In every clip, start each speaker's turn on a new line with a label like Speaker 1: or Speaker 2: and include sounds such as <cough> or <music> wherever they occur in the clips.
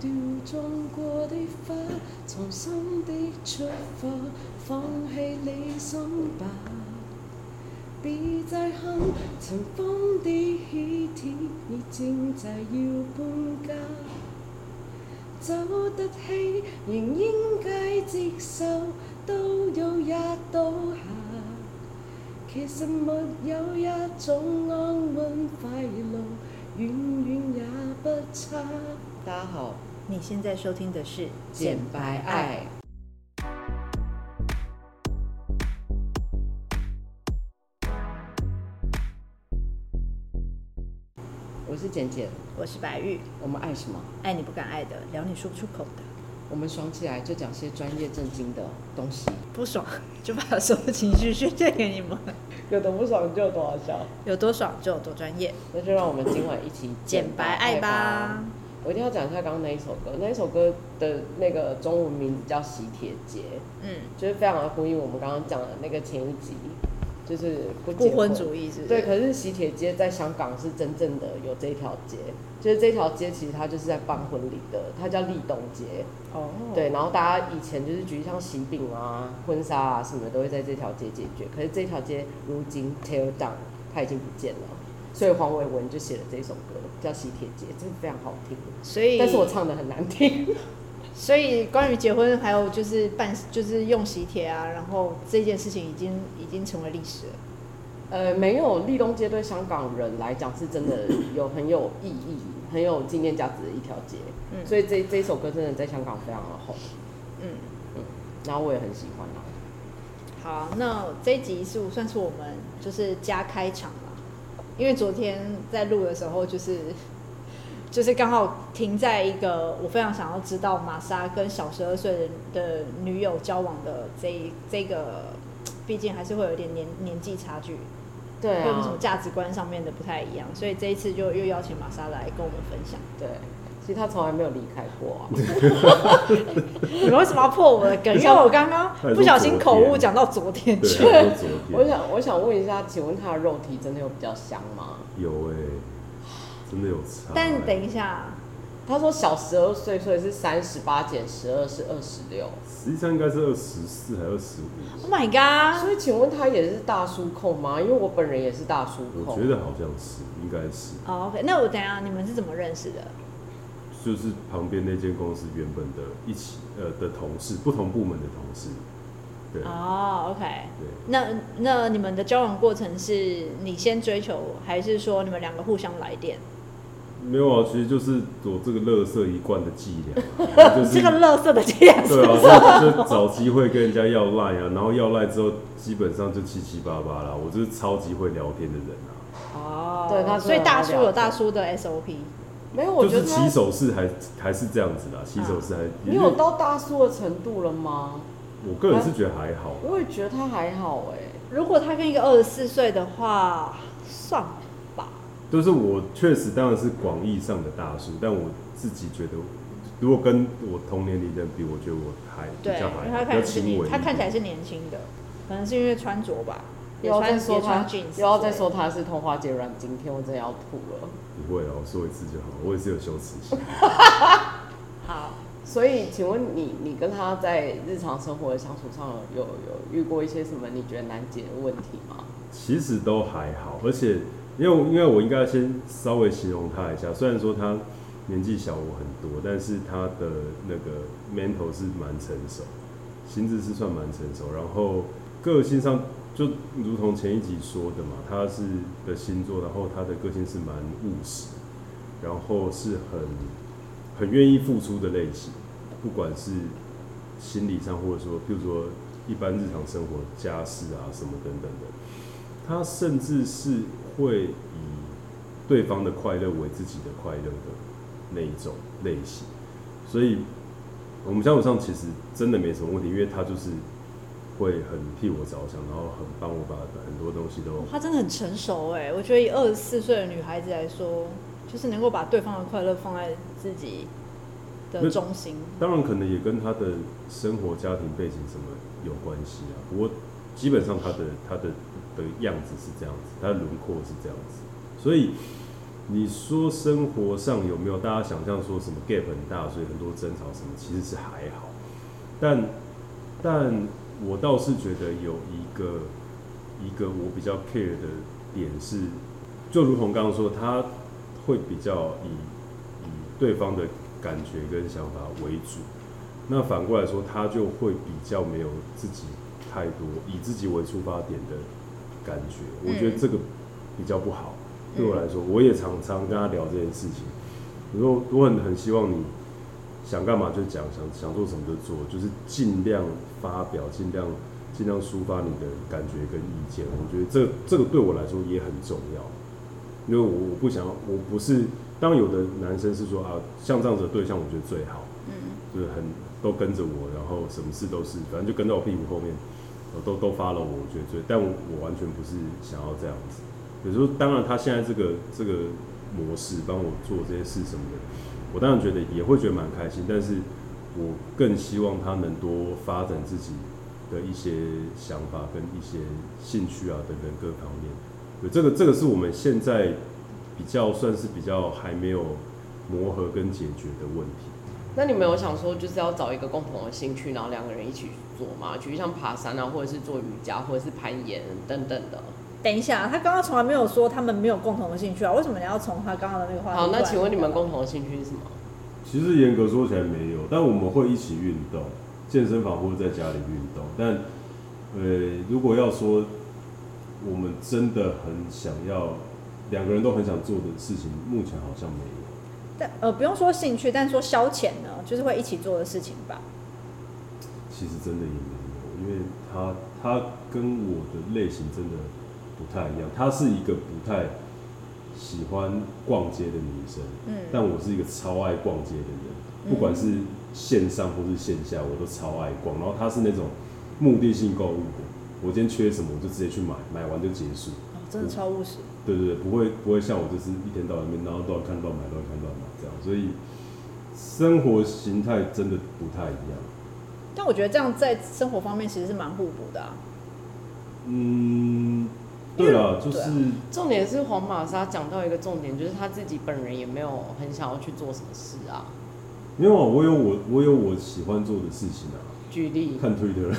Speaker 1: 掉撞過的花，重新的出發，放棄理想吧。別再恨塵封的喜帖，已正就要搬家。走得起，仍應該接受，都有一倒下。其實沒有一種安穩快樂，遠遠也不差。大家好，
Speaker 2: 你现在收听的是《
Speaker 1: 简白爱。我是简简，》，
Speaker 2: 我是白玉，
Speaker 1: 我们爱什么？
Speaker 2: 爱你不敢爱的，聊你说不出口的，
Speaker 1: 我们爽起来就讲些专业正经的东西，
Speaker 2: 不爽就把所有情绪宣泄给你们，
Speaker 1: 有多不爽就有多好笑。
Speaker 2: <laughs> 有多爽就有多专业，
Speaker 1: 那就让我们今晚一起
Speaker 2: 简白爱吧。
Speaker 1: 我一定要讲一下刚刚那一首歌，那一首歌的那个中文名字叫《喜帖街》，
Speaker 2: 嗯，
Speaker 1: 就是非常的呼应我们刚刚讲的那个前一集，就是不结
Speaker 2: 不婚主义是不是？
Speaker 1: 对，可是喜帖街在香港是真正的有这条街，就是这条街其实它就是在办婚礼的，它叫立冬街。
Speaker 2: 哦，
Speaker 1: 对，然后大家以前就是举像喜饼啊、婚纱啊什么的，都会在这条街解决。可是这条街如今 tear down，它已经不见了，所以黄伟文就写了这首歌叫《喜帖街》，真的非常好听。
Speaker 2: 所以
Speaker 1: 但是我唱的很难听，
Speaker 2: 所以关于结婚，还有就是办，就是用喜帖啊，然后这件事情已经已经成为历史了。
Speaker 1: 呃，没有立冬街对香港人来讲是真的有很有意义、很有纪念价值的一条街，
Speaker 2: 嗯
Speaker 1: 所以这这首歌真的在香港非常的红，
Speaker 2: 嗯，
Speaker 1: 然后我也很喜欢啊。
Speaker 2: 好，那这一集是算是我们就是加开场嘛，因为昨天在录的时候就是 <laughs> 就是刚好停在一个我非常想要知道玛莎跟小十二岁的女友交往的这一这个，毕竟还是会有一点年年纪差距，
Speaker 1: 对
Speaker 2: 会有什么
Speaker 1: 啊，
Speaker 2: 价值观上面的不太一样，所以这一次就又邀请玛莎来跟我们分享。
Speaker 1: 对，其实他从来没有离开过啊。
Speaker 2: 你们为什么要破我的梗？因为我刚刚不小心口误讲到昨天
Speaker 3: <laughs> 对，啊
Speaker 2: 去。
Speaker 3: 还有昨
Speaker 1: 我
Speaker 3: 天
Speaker 1: 想，我想问一下，请问他的肉体真的有比较香吗？
Speaker 3: 有哎、真的有差、欸
Speaker 2: 但等一，下，
Speaker 1: 他说小十二岁，所以是三十八减十二是二十六，
Speaker 3: 实际上应该是二十四还二十五，
Speaker 2: Oh my god！
Speaker 1: 所以请问他也是大叔控吗？因为我本人也是大叔
Speaker 3: 我
Speaker 1: 控
Speaker 3: 觉，得好像是，应该是，
Speaker 2: 哦、o k 那我等一下你们是怎么认识的？
Speaker 3: 就是旁边那间公司原本的一起呃的同事，不同部门的同事，对、
Speaker 2: 哦、o k
Speaker 3: 对，
Speaker 2: 那那你们的交往过程是你先追求，还是说你们两个互相来电？
Speaker 3: 没有啊，其实就是我这个乐色一贯的伎 <laughs> 俩啊，就是
Speaker 2: 这个乐色的这样
Speaker 3: 对
Speaker 2: 子，
Speaker 3: 啊，就就找机会跟人家要赖啊，然后要赖之后基本上就七七八八啦，我就是超级会聊天的人啊。
Speaker 2: 哦
Speaker 1: 对他是
Speaker 2: 所以大叔
Speaker 1: 很了解
Speaker 2: 有大叔的 SOP，
Speaker 1: 没有，我
Speaker 3: 就
Speaker 1: 觉
Speaker 3: 是
Speaker 1: 得
Speaker 3: 起
Speaker 1: 他，
Speaker 3: 手式还还是这样子啦，起手式还，
Speaker 1: 你
Speaker 3: 因为
Speaker 1: 有到大叔的程度了吗？
Speaker 3: 我个人是觉得还好啦，
Speaker 1: 我也觉得他还好哎、
Speaker 2: 如果他跟一个二十四岁的话，算吧，
Speaker 3: 就是我确实当然是广义上的大叔，但我自己觉得，如果跟我同年龄的人比，我觉得我还
Speaker 2: 对，
Speaker 3: 比较
Speaker 2: 因为
Speaker 3: 还好，
Speaker 2: 他
Speaker 3: 比
Speaker 2: 看
Speaker 3: 较
Speaker 2: 起来是
Speaker 3: 轻微一
Speaker 2: 年，
Speaker 3: 点。
Speaker 2: 他看起来是年轻的，可能是因为穿着吧，也
Speaker 1: 又要
Speaker 2: 穿
Speaker 1: 再说
Speaker 2: 也
Speaker 1: 他
Speaker 2: 穿 jeans，，
Speaker 1: 又要再说他是同花节软今天我真的要吐了。
Speaker 3: 不会啊，我说一次就好，我也是有羞耻心。
Speaker 2: 好，
Speaker 1: 所以，请问你，你跟他在日常生活的相处上有，有有遇过一些什么你觉得难解的问题吗？
Speaker 3: 其实都还好，而且因为我因为我应该先稍微形容他一下，虽然说他年纪小我很多，但是他的那个 mental 是蛮成熟，心智是算蛮成熟，然后个性上就如同前一集说的嘛，他是的星座，然后他的个性是蛮务实，然后是很很愿意付出的类型，不管是心理上或者说，譬如说一般日常生活家事啊什么等等的。他甚至是会以对方的快乐为自己的快乐的那一种类型，所以我们相处上其实真的没什么问题，因为他就是会很替我着想，然后很帮我把很多东西都
Speaker 2: 她真的很成熟哎、我觉得以二十四岁的女孩子来说，就是能够把对方的快乐放在自己的中心。
Speaker 3: 当然可能也跟他的生活、家庭背景什么有关系啊。不过基本上他的他的的样子是这样子，他的轮廓是这样子，所以你说生活上有没有大家想象说什么 gap 很大，所以很多争吵什么，其实是还好。但但我倒是觉得有一个一个我比较 care 的点是，就如同刚刚说，他会比较以以对方的感觉跟想法为主，那反过来说，他就会比较没有自己太多以自己为出发点的感觉。我觉得这个比较不好。对我来说，我也常常跟他聊这件事情。我说我很很希望你想干嘛就讲，想想做什么就做，就是尽量发表，尽量尽量抒发你的感觉跟意见。我觉得这这个对我来说也很重要，因为我我不想要，我不是当有的男生是说啊，像这样子的对象我觉得最好，
Speaker 2: 嗯
Speaker 3: 就是很都跟着我，然后什么事都是，反正就跟在我屁股后面，呃都都发了我，我觉得最，但我我完全不是想要这样子。有时候，当然他现在这个这个模式帮我做这些事什么的，我当然觉得也会觉得蛮开心，但是我更希望他能多发展自己的一些想法跟一些兴趣啊等等各方面。对，这个这个是我们现在比较算是比较还没有磨合跟解决的问题。
Speaker 1: 那你们有想说就是要找一个共同的兴趣，然后两个人一起去做吗？举例像爬山啊，或者是做瑜伽，或者是攀岩等等的。
Speaker 2: 等一下，他刚刚从来没有说他们没有共同的兴趣啊，为什么你要从他刚刚的那个话题？
Speaker 1: 好，那请问你们共同的兴趣是什么？
Speaker 3: 其实严格说起来没有，但我们会一起运动，健身房或者在家里运动。但呃，如果要说我们真的很想要两个人都很想做的事情，目前好像没有。
Speaker 2: 但呃，不用说兴趣，但说消遣呢，就是会一起做的事情吧。
Speaker 3: 其实真的也没有，因为他他跟我的类型真的不太一样。她是一个不太喜欢逛街的女生，
Speaker 2: 嗯，
Speaker 3: 但我是一个超爱逛街的人，不管是线上或是线下，我都超爱逛。然后他是那种目的性购物的，我今天缺什么我就直接去买，买完就结束。
Speaker 2: 哦真
Speaker 1: 嗯
Speaker 2: 的超务实。
Speaker 3: 对对对，不会不会像我就是一天到晚面，然后乱看乱买，乱看乱买这样。所以生活形态真的不太一样。
Speaker 2: 但我觉得这样在生活方面其实是蛮互补
Speaker 1: <laughs>
Speaker 2: 的啊。
Speaker 3: 嗯，对了，就是
Speaker 2: 对啊
Speaker 1: 重点是黄马莎讲到一个重点，就是他自己本人也没有很想要去做什么事啊。
Speaker 3: 没有啊，我有我我有我喜欢做的事情啊，
Speaker 1: 举例，
Speaker 3: 看推 <laughs> 特。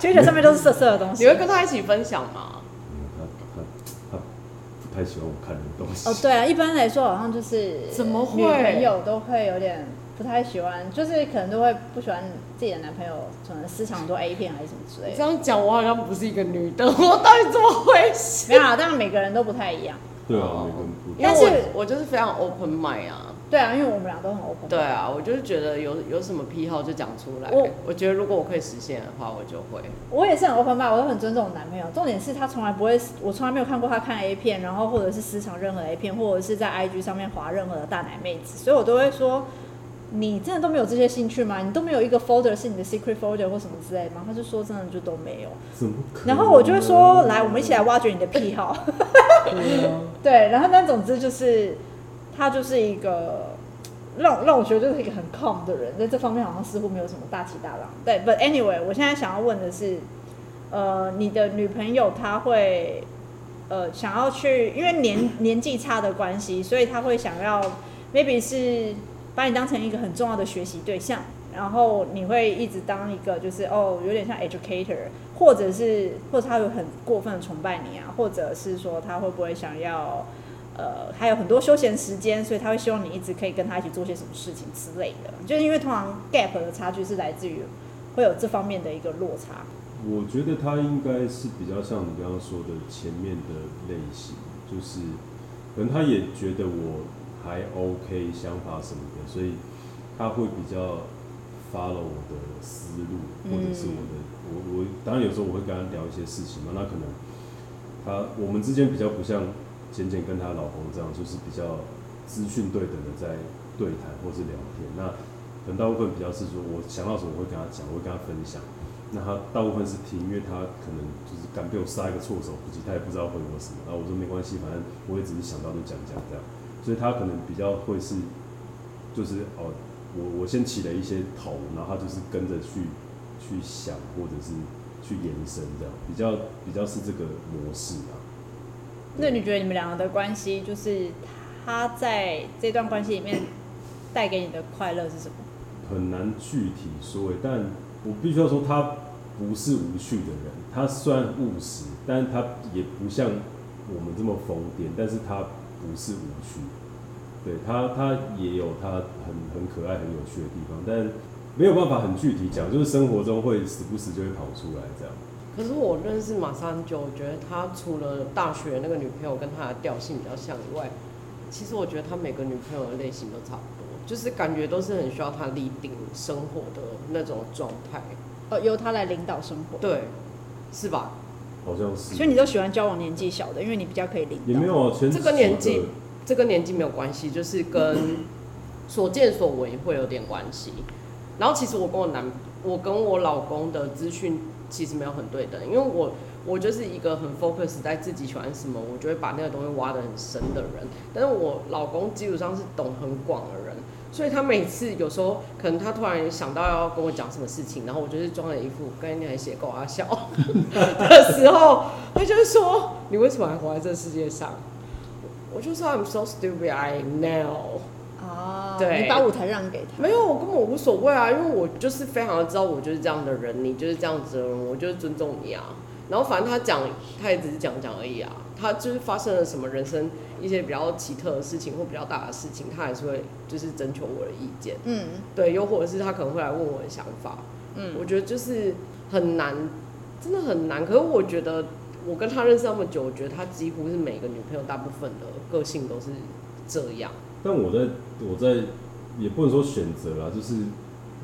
Speaker 2: 推特上面都是色色的东西。啊
Speaker 1: 你会跟他一起分享吗？
Speaker 3: 嗯他他他不太喜欢我看的东西。
Speaker 2: 哦，对啊，一般来说好像就是
Speaker 1: 怎么会
Speaker 2: 女朋友都会有点不太喜欢，就是可能都会不喜欢自己的男朋友，可能私藏很多 A 片还是什么之类
Speaker 1: 你 <laughs>
Speaker 2: 的
Speaker 1: 这。样讲，我好像不是一个女的，我到底怎么回事？
Speaker 2: 没有啊，当然每个人都不太一样。
Speaker 3: 对啊，
Speaker 1: 哦
Speaker 3: 每个人不
Speaker 1: 因为
Speaker 2: 但是
Speaker 1: 我我就是非常 open mind 啊，
Speaker 2: 对啊，因为我们俩都很 open。
Speaker 1: 对啊，我就是觉得有有什么癖好就讲出来。
Speaker 2: 我
Speaker 1: 我觉得如果我可以实现的话，我就会。
Speaker 2: 我也是很 open mind，我都很尊重我男朋友。重点是他从来不会，我从来没有看过他看 A 片，然后或者是私藏任何 A 片，或者是在 IG 上面划任何的大奶妹子，所以我都会说，你真的都没有这些兴趣吗？你都没有一个 folder 是你的 secret folder 或什么之类的吗？他就说真的就都没有。
Speaker 3: 怎么可
Speaker 2: 然
Speaker 3: 能？啊
Speaker 2: 后我就会说，来，我们一起来挖掘你的癖好。 <laughs>
Speaker 3: 对啊，
Speaker 2: 对，然后但总之就是，他就是一个让我让我觉得就是一个很 calm 的人，在这方面好像似乎没有什么大起大浪。对，but anyway，我现在想要问的是，呃，你的女朋友她会呃想要去，因为年年纪差的关系，所以她会想要 maybe 是把你当成一个很重要的学习对象。然后你会一直当一个就是哦，有点像 educator，或者是或者他有很过分的崇拜你啊，或者是说他会不会想要呃，还有很多休闲时间，所以他会希望你一直可以跟他一起做些什么事情之类的。就是因为通常 gap 的差距是来自于会有这方面的一个落差。
Speaker 3: 我觉得他应该是比较像你刚刚说的前面的类型，就是可能他也觉得我还 OK，想法什么的，所以他会比较 follow 我的思路，
Speaker 2: 嗯
Speaker 3: 或者是我的、我我当然有时候我会跟他聊一些事情嘛，那可能他我们之间比较不像简简跟她老公这样，就是比较资讯对等的在对谈或是聊天，那可能大部分比较是说我想到什么我会跟他讲，我会跟他分享。那他大部分是听，因为他可能就是敢被我杀一个措手不及，他也不知道回我什么。然后我说没关系，反正我也只是想到就讲讲这样。所以他可能比较会是，就是哦，我我先起了一些头，然后他就是跟着去去想或者是去延伸这样，比较比较是这个模式啊。
Speaker 2: 那你觉得你们两个的关系，就是他在这段关系里面带给你的快乐是什么？
Speaker 3: 很难具体说，但我必须要说，他不是无趣的人，他虽然务实，但是他也不像我们这么疯癫，但是他不是无趣，对他，他也有他很很可爱、很有趣的地方，但没有办法很具体讲，就是生活中会时不时就会跑出来这样。
Speaker 1: 可是我认识马三九，我觉得他除了大学那个女朋友跟他的调性比较像以外，其实我觉得他每个女朋友的类型都差不多，就是感觉都是很需要他 leading 生活的那种状态，
Speaker 2: 呃，由他来领导生活。，
Speaker 1: 对，是吧？
Speaker 3: 好像是，
Speaker 2: 所以你都喜欢交往年纪小的，因为你比较可以领导。
Speaker 3: 也没有啊，前
Speaker 1: 这个年纪这跟年纪没有关系，就是跟所见所闻会有点关系。然后其实我跟我男，我跟我老公的资讯其实没有很对等，因为我我就是一个很 focus 在自己喜欢什么，我就会把那个东西挖得很深的人。但是我老公基本上是懂很广的人，所以他每次有时候可能他突然想到要跟我讲什么事情，然后我就是装了一副跟你还写狗啊笑的时候，他就会说你为什么还活在这世界上？我就说 I'm so stupid, I know。
Speaker 2: 啊，
Speaker 1: 对
Speaker 2: 你把舞台让给他。
Speaker 1: 没有，我根本无所谓啊，因为我就是非常的知道我就是这样的人，你就是这样子的人，我就是尊重你啊。然后反正他讲，他也只是讲讲而已啊。他就是发生了什么人生一些比较奇特的事情或比较大的事情，他还是会就是征求我的意见，
Speaker 2: 嗯
Speaker 1: 对，又或者是他可能会来问我的想法。
Speaker 2: 嗯，
Speaker 1: 我觉得就是很难，真的很难。可是我觉得我跟他认识那么久，我觉得他几乎是每个女朋友大部分的个性都是这样。
Speaker 3: 但我在我在也不能说选择啦，就是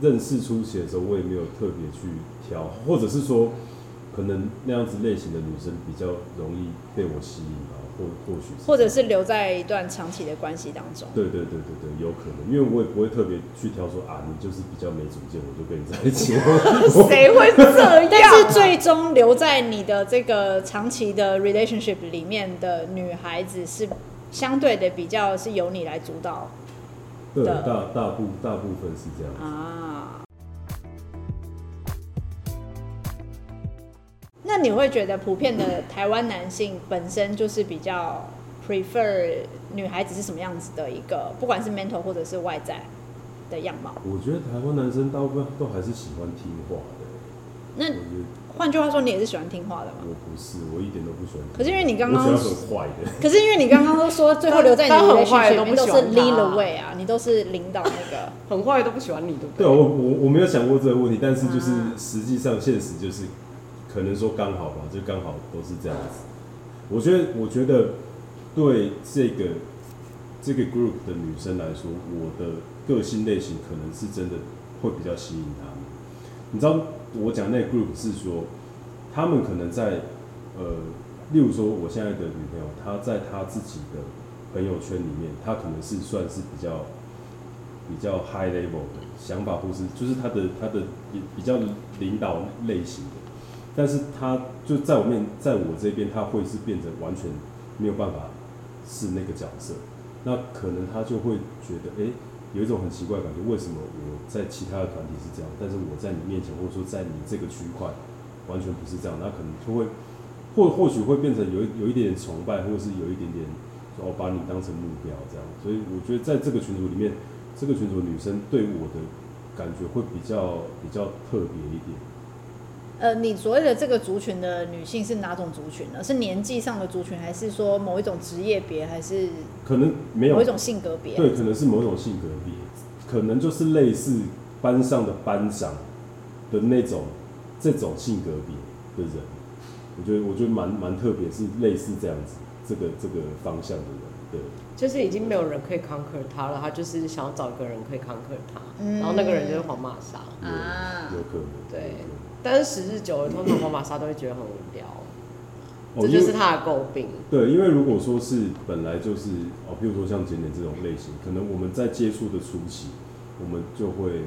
Speaker 3: 认识初期的时候，我也没有特别去挑，或者是说，可能那样子类型的女生比较容易被我吸引吧，或或许
Speaker 2: 或者是留在一段长期的关系当中。
Speaker 3: 对对对对对，有可能，因为我也不会特别去挑说啊，你就是比较没主见，我就跟你在一起。
Speaker 1: <laughs>
Speaker 2: <laughs>
Speaker 1: 谁会这样？
Speaker 2: 但是最终留在你的这个长期的 relationship 里面的女孩子是相对的比较是由你来主导
Speaker 3: 对，
Speaker 2: 的
Speaker 3: 大大部大部分是这样。
Speaker 2: 啊。那你会觉得普遍的台湾男性本身就是比较 prefer 女孩子是什么样子的一个，不管是 mental 或者是外在的样貌。
Speaker 3: 我觉得台湾男生大部分都还是喜欢听话的，
Speaker 2: 那
Speaker 3: 我觉得
Speaker 2: 换句话说，你也是喜欢听话的嘛？
Speaker 3: 我不是，我一点都不喜欢听话。
Speaker 2: 可是因为你刚刚
Speaker 3: 我喜欢很坏的。
Speaker 2: 可是因为你刚刚都说最后留在你的
Speaker 1: 他他很
Speaker 2: relationship
Speaker 1: 坏
Speaker 2: 里面
Speaker 1: 都
Speaker 2: 都
Speaker 1: 不喜
Speaker 2: 是
Speaker 1: 欢他
Speaker 2: lead the way 啊，你都是领导那个。
Speaker 1: 很坏都不喜欢你，对不嗯对？
Speaker 3: 对啊，我我我没有想过这个问题，但是就是
Speaker 2: 啊
Speaker 3: 实际上现实就是，可能说刚好吧，就刚好都是这样子。我觉得，我觉得对这个这个 group 的女生来说，我的个性类型可能是真的会比较吸引她们。你知道我讲那个 group 是说，他们可能在呃，例如说我现在的女朋友，她在她自己的朋友圈里面，她可能是算是比较比较 high level 的想法，或是就是她的她的也比较领导类型的，但是她就在我面，在我这边，她会是变成完全没有办法是那个角色，那可能她就会觉得，诶，有一种很奇怪的感觉，为什么我在其他的团体是这样，但是我在你面前，或者说在你这个区块，完全不是这样，那可能就会或或许会变成有一有一点点崇拜，或者是有一点点说哦把你当成目标这样。所以我觉得在这个群组里面，这个群组女生对我的感觉会比较比较特别一点。
Speaker 2: 呃，你所谓的这个族群的女性是哪种族群呢？是年纪上的族群，还是说某一种职业别，还是
Speaker 3: 可能没有
Speaker 2: 某一种性格别？
Speaker 3: 对，可能是某种性格别，可能就是类似班上的班长的那种这种性格别的人。我觉得我觉得蛮蛮特别，是类似这样子这个这个方向的人。对，
Speaker 1: 就是已经没有人可以 conquer 他了，他就是想要找一个人可以 conquer 他，
Speaker 2: 嗯
Speaker 1: 然后那个人就是黄玛莎。
Speaker 3: 有
Speaker 2: 啊
Speaker 3: 有可能。
Speaker 1: 对
Speaker 3: 有可能
Speaker 1: 但是时日久了，通常黄玛莎都会觉得很无聊，
Speaker 3: 哦
Speaker 1: 这
Speaker 3: 因为
Speaker 1: 嗯就是他的诟病。
Speaker 3: 对，因为如果说是本来就是哦，譬如说像简简这种类型，可能我们在接触的初期，我们就会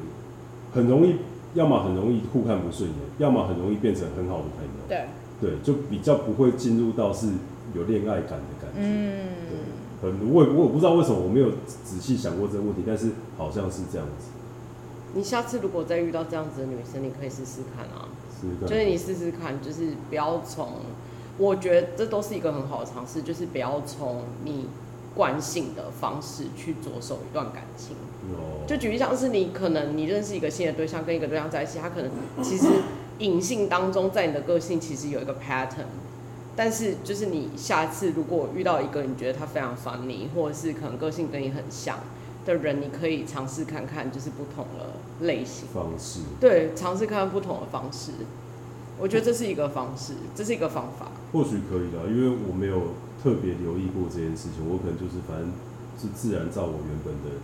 Speaker 3: 很容易，要么很容易互看不顺眼，要么很容易变成很好的朋友。
Speaker 2: 对，
Speaker 3: 对，就比较不会进入到是有恋爱感的感觉。
Speaker 2: 嗯，
Speaker 3: 对，很我也我也不知道为什么我没有仔细想过这个问题，但是好像是这样子。
Speaker 1: 你下次如果再遇到这样子的女生，你可以试试看啊，
Speaker 3: 是一个
Speaker 1: 就是你试试看，就是不要从我觉得这都是一个很好的尝试，就是不要从你惯性的方式去着手一段感情。
Speaker 3: 哦，
Speaker 1: 就举例像是你可能你认识一个新的对象，跟一个对象在一起，他可能其实隐性当中在你的个性其实有一个 pattern，但是就是你下次如果遇到一个你觉得他非常烦你，或者是可能个性跟你很像的人，你可以尝试看看就是不同的类型，
Speaker 3: 方式，
Speaker 1: 对，尝试看看不同的方式。我觉得这是一个方式，这是一个方法。
Speaker 3: 或许可以啦，因为我没有特别留意过这件事情，我可能就是反正是自然照我原本的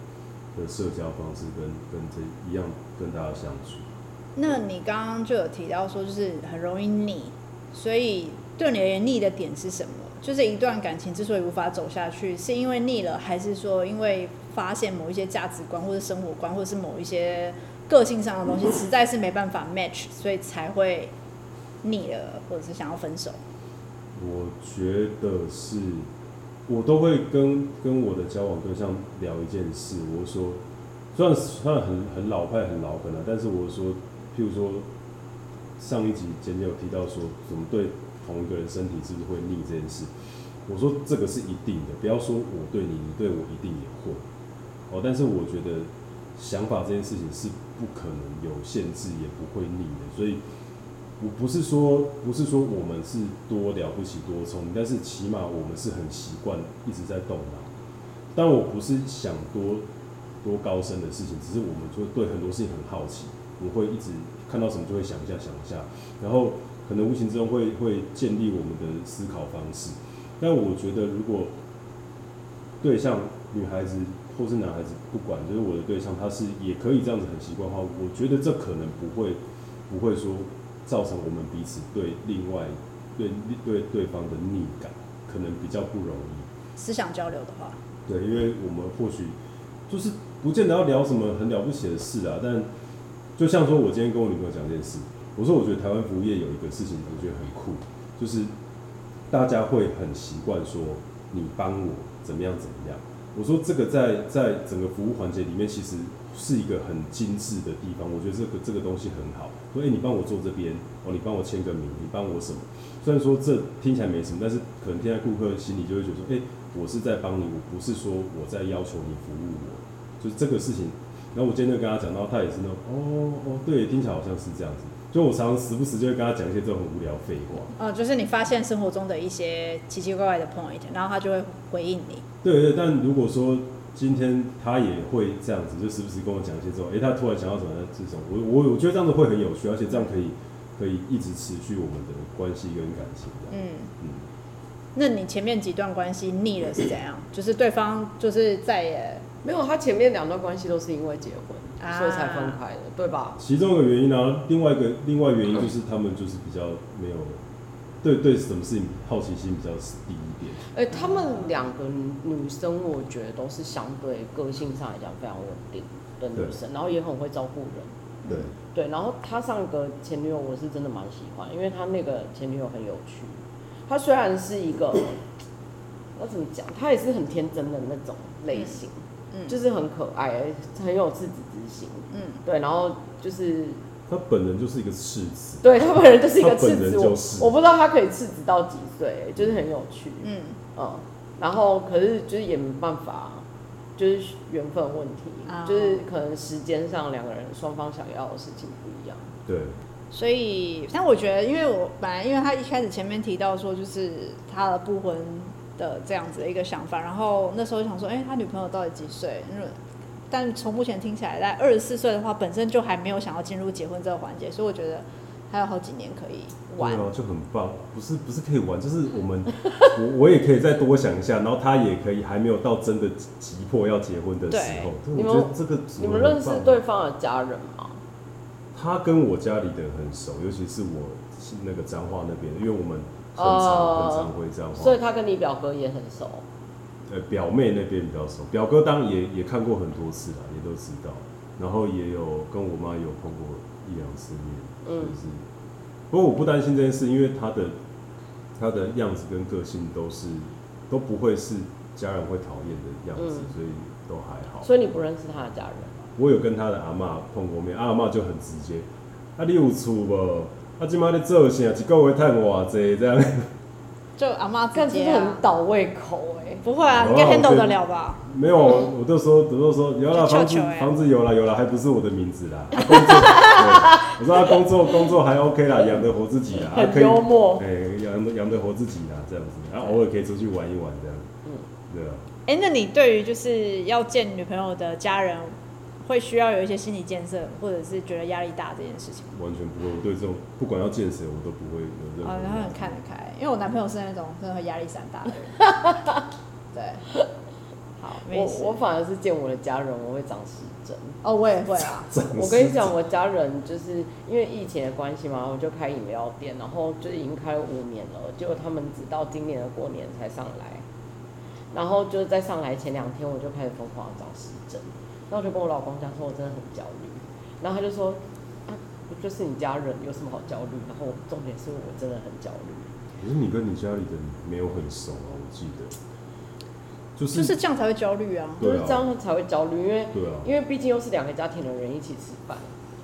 Speaker 3: 的社交方式跟跟这一样跟大家相处。
Speaker 2: 那你刚刚就有提到说，就是很容易腻，所以对你而言腻的点是什么？就是一段感情之所以无法走下去，是因为腻了，还是说因为发现某一些价值观，或者生活观，或者是某一些个性上的东西，实在是没办法 match，所以才会腻了，或者是想要分手？
Speaker 3: 我觉得是，我都会跟跟我的交往对象聊一件事，我会说，虽然虽然很很老派很老梗了、但是我说，譬如说上一集简简有提到说，怎么对同一个人身体是不是会腻这件事，我说这个是一定的，不要说我对你，你对我一定也会，哦，但是我觉得想法这件事情是不可能有限制，也不会腻的，所以我不是说不是说我们是多了不起多聪明，但是起码我们是很习惯一直在动脑。但我不是想多多高深的事情，只是我们就会对很多事情很好奇，我们会一直看到什么就会想一下想一下，然后可能无形之中会会建立我们的思考方式。但我觉得如果对象女孩子或是男孩子，不管就是我的对象，他是也可以这样子很习惯的话，我觉得这可能不会不会说造成我们彼此对另外对对对方的逆感，可能比较不容易。
Speaker 2: 思想交流的话，
Speaker 3: 对，因为我们或许就是不见得要聊什么很了不起的事啊，但就像说我今天跟我女朋友讲这件事，我说我觉得台湾服务业有一个事情我觉得很酷，就是大家会很习惯说你帮我怎么样怎么样。我说这个在在整个服务环节里面其实是一个很精致的地方，我觉得这个这个东西很好。说哎、诶你帮我做这边，哦，你帮我签个名，你帮我什么？虽然说这听起来没什么，但是可能现在顾客心里就会觉得说，哎、我是在帮你，我不是说我在要求你服务我，就是这个事情。然后我今天就跟他讲到，他也是那种，哦哦，对，听起来好像是这样子。就我常常时不时就会跟他讲一些这种很无聊废话。
Speaker 2: 哦、就是你发现生活中的一些奇奇怪怪的 point，然后他就会回应你。
Speaker 3: 对对，但如果说今天他也会这样子，就时不时跟我讲一些这种，诶，他突然想要怎么样这种，我我我觉得这样子会很有趣，而且这样可以可以一直持续我们的关系跟感情这样。
Speaker 2: 嗯，
Speaker 3: 嗯
Speaker 2: 那你前面几段关系腻了是怎样？就是对方就是再也
Speaker 1: 没有，他前面两段关系都是因为结婚，
Speaker 2: 啊
Speaker 1: 所以才分开的，对吧？
Speaker 3: 其中一个原因呢、然后另外一个另外原因就是他们就是比较没有对对什么事情好奇心比较低一点。
Speaker 1: 哎、他们两个女生，我觉得都是相对个性上来讲非常稳定的女生，然后也很会照顾人。
Speaker 3: 对，
Speaker 1: 对，然后他上一个前女友，我是真的蛮喜欢，因为他那个前女友很有趣。她虽然是一个，要怎么讲，她也是很天真的那种类型，
Speaker 2: 嗯
Speaker 1: 就是很可爱，很有自知之心。
Speaker 2: 嗯
Speaker 1: 对，然后就是
Speaker 3: 他本人就是一个赤子，
Speaker 1: 对他本人就是一个
Speaker 3: 他本
Speaker 1: 赤子，
Speaker 3: 人就是
Speaker 1: 我我不知道他可以赤子到几岁，就是很有趣，嗯
Speaker 2: 嗯
Speaker 1: 然后可是就是也没办法，啊就是缘分问题，
Speaker 2: 啊
Speaker 1: 就是可能时间上两个人双方想要的事情不一样，
Speaker 3: 对，
Speaker 2: 所以，但我觉得，因为我本来因为他一开始前面提到说，就是他的不婚的这样子的一个想法，然后那时候就想说，哎、他女朋友到底几岁？因为但从目前听起来，在二十四岁的话，本身就还没有想要进入结婚这个环节，所以我觉得还有好几年可以玩。
Speaker 3: 对啊，就很棒。不是不是可以玩，就是我们 <laughs> 我我也可以再多想一下，然后他也可以还没有到真的急迫要结婚的时候。
Speaker 1: 对你
Speaker 3: 对我觉得
Speaker 1: 们
Speaker 3: 这个
Speaker 1: 你
Speaker 3: 组合
Speaker 1: 们
Speaker 3: 很棒啊
Speaker 1: 认识对方的家人吗？
Speaker 3: 他跟我家里的人很熟，尤其是我是那个彰化那边的，因为我们很常、
Speaker 1: 哦
Speaker 3: 很常回彰化，
Speaker 1: 所以他跟你表哥也很熟，
Speaker 3: 呃，表妹那边比较熟，表哥当然也也看过很多次啦，也都知道，然后也有跟我妈有碰过一两次面，
Speaker 1: 嗯
Speaker 3: 就是，不过我不担心这件事，因为他的他的样子跟个性都是都不会是家人会讨厌的样子，
Speaker 1: 嗯
Speaker 3: 所以都还好。
Speaker 1: 所以你不认识他的家人。
Speaker 2: 啊
Speaker 3: 我有跟他的阿嬷碰过面，啊阿嬷就很直接，啊你有厝无？啊即摆咧做啥？一个月趁偌济这样？
Speaker 2: 就阿妈直
Speaker 4: 干真
Speaker 2: 接、
Speaker 4: 的
Speaker 2: 啊
Speaker 4: 很、倒胃口
Speaker 1: 欸
Speaker 4: 哎、
Speaker 2: 不会啊，你应该
Speaker 3: 哇我
Speaker 2: handle
Speaker 3: 跟
Speaker 2: 得了吧？
Speaker 3: 没有，我都说，我都说有
Speaker 2: 就
Speaker 3: 了房子
Speaker 2: 球球欸，
Speaker 3: 房子有了，有了，还不是我的名
Speaker 1: <laughs>
Speaker 3: 字啦。他啊工作，对我说他工作工作还 OK 啦，养得活自己啦，还啊可
Speaker 4: 很
Speaker 3: 以，
Speaker 4: 幽默。
Speaker 3: 哎，养得养得活自己啦，这样子，然后偶尔可以出去玩一玩这样，对啊。
Speaker 2: 哎、那你对于就是要见女朋友的家人，会需要有一些心理建设，或者是觉得压力大这件事情吗？
Speaker 3: 完全不会，我对这种不管要见谁，我都不会有任何。
Speaker 2: 啊，然后很
Speaker 3: <laughs>
Speaker 2: 看得开，因为我男朋友是那种真的会压力山大的人。 <laughs> 对，好，没
Speaker 1: 我
Speaker 2: 事。
Speaker 1: 我反而是见我的家人，我会长失真。
Speaker 2: 哦，我也会 <laughs> 啊，
Speaker 1: 我跟你讲，我家人就是因为疫情的关系嘛，我就开饮料店，然后就已经开了五年了，结果他们直到今年的过年才上来，然后就是在上来前两天我就开始疯狂地找时针，然后我就跟我老公讲说，我真的很焦虑，然后他就说，啊，不就是你家人有什么好焦虑？然后重点是我真的很焦虑，
Speaker 3: 可是你跟你家里人没有很熟啊，我记得，就是
Speaker 2: 就是这样才会焦虑啊。
Speaker 1: 就
Speaker 3: 对
Speaker 1: 是
Speaker 3: 啊
Speaker 1: 这样才会焦虑，因为
Speaker 3: 对啊，
Speaker 1: 因为毕竟又是两个家庭的人一起吃饭。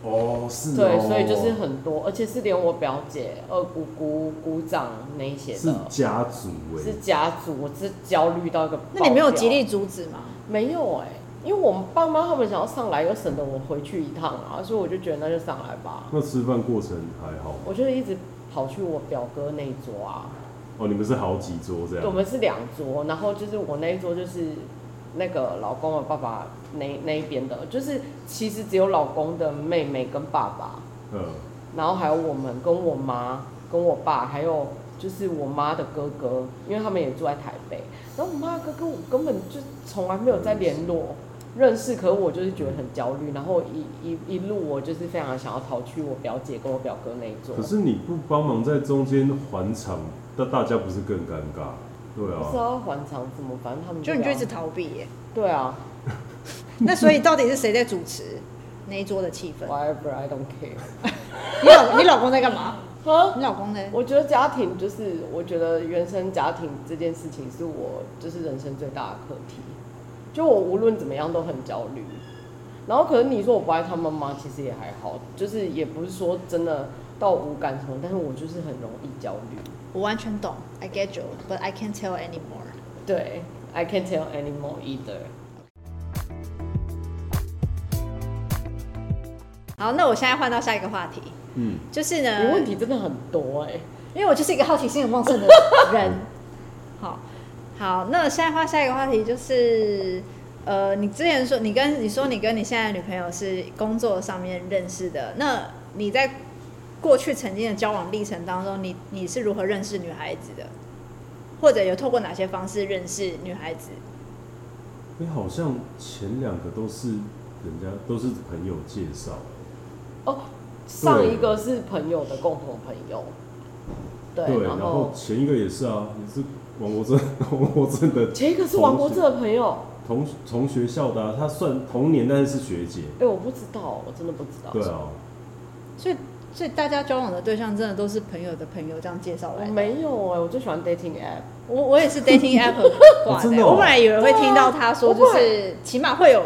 Speaker 3: 哦是哦，
Speaker 1: 对，所以就是很多，而且是连我表姐、二姑姑、姑丈那一些
Speaker 3: 是
Speaker 1: 的，
Speaker 3: 家族哎、
Speaker 1: 是家族，我是焦虑到一个。
Speaker 2: 那你没有极？力阻止吗？
Speaker 1: 没有哎、因为我们爸妈他们想要上来，又省得我回去一趟啊，所以我就觉得那就上来吧。
Speaker 3: 那吃饭过程还好吗
Speaker 1: 我就一直跑去我表哥那一桌啊，
Speaker 3: 哦，你们是好几桌这样，
Speaker 1: 我们是两桌，然后就是我那一桌就是那个老公的爸爸那那一边的，就是其实只有老公的妹妹跟爸爸。
Speaker 3: 呃，
Speaker 1: 然后还有我们跟我妈、跟我爸，还有就是我妈的哥哥，因为他们也住在台北。然后我妈的哥哥，我根本就从来没有再联络、认识，可我就是觉得很焦虑。然后一一一路，我就是非常想要逃去我表姐跟我表哥那一桌。
Speaker 3: 可是你不帮忙在中间还场，那大家不是更尴尬？对
Speaker 1: 不知
Speaker 3: 啊，
Speaker 1: 道还场怎么，反正他们
Speaker 2: 就你
Speaker 1: 不
Speaker 2: 就
Speaker 1: 要
Speaker 2: 一直逃避 <laughs> 耶。
Speaker 1: 对啊
Speaker 2: 那所以到底是谁在主持那一桌的气氛？
Speaker 1: ，whatever I don't care。
Speaker 2: 你老你老公在干嘛？
Speaker 1: 哈，
Speaker 2: 你老公呢？
Speaker 1: 我觉得家庭就是，我觉得原生家庭这件事情是我就是人生最大的课题。就我无论怎么样都很焦虑，然后可能你说我不爱他们吗？其实也还好，就是也不是说真的到无感什么，但是我就是很容易焦虑。
Speaker 2: 我完全懂，I get you，but I can't tell anymore。
Speaker 1: 对，I can't tell anymore either。
Speaker 2: 好，那我现在换到下一个话题，
Speaker 3: 嗯，
Speaker 2: 就是
Speaker 1: 你
Speaker 2: 呢，
Speaker 1: 问题真的很多哎、
Speaker 2: 因为我就是一个好奇心很旺盛的 <laughs> 人。好，好，那现在换下一个话题就是，呃，你之前说你跟你说你跟你现在的女朋友是工作上面认识的，那你在过去曾经的交往历程当中，你你是如何认识女孩子的，或者有透过哪些方式认识女孩子？
Speaker 3: 你、哎好像前两个都是人家都是朋友介绍，
Speaker 1: 哦，上一个是朋友的共同朋友，对，
Speaker 3: 对，然后前一个也是啊，也是王国正 <laughs> 王国正的
Speaker 1: 前一个是王国
Speaker 3: 同
Speaker 1: 志
Speaker 3: 学
Speaker 1: 的朋友。
Speaker 3: 同同学校的、啊，他算同年，但是是学姐。
Speaker 1: 哎、我不知道，我真的不知道。
Speaker 3: 对啊，
Speaker 2: 所以，所以大家交往的对象真的都是朋友的朋友这样介绍
Speaker 1: 我
Speaker 2: 来的。
Speaker 1: 没有哎、我最喜欢 dating
Speaker 2: <laughs>
Speaker 1: app。
Speaker 2: 我我也是 dating app 挂
Speaker 3: 哦
Speaker 2: 的、
Speaker 3: 真的哦
Speaker 2: 我本来以为会听到他说，
Speaker 1: 对啊
Speaker 2: 就
Speaker 1: 我本
Speaker 2: 是起码会有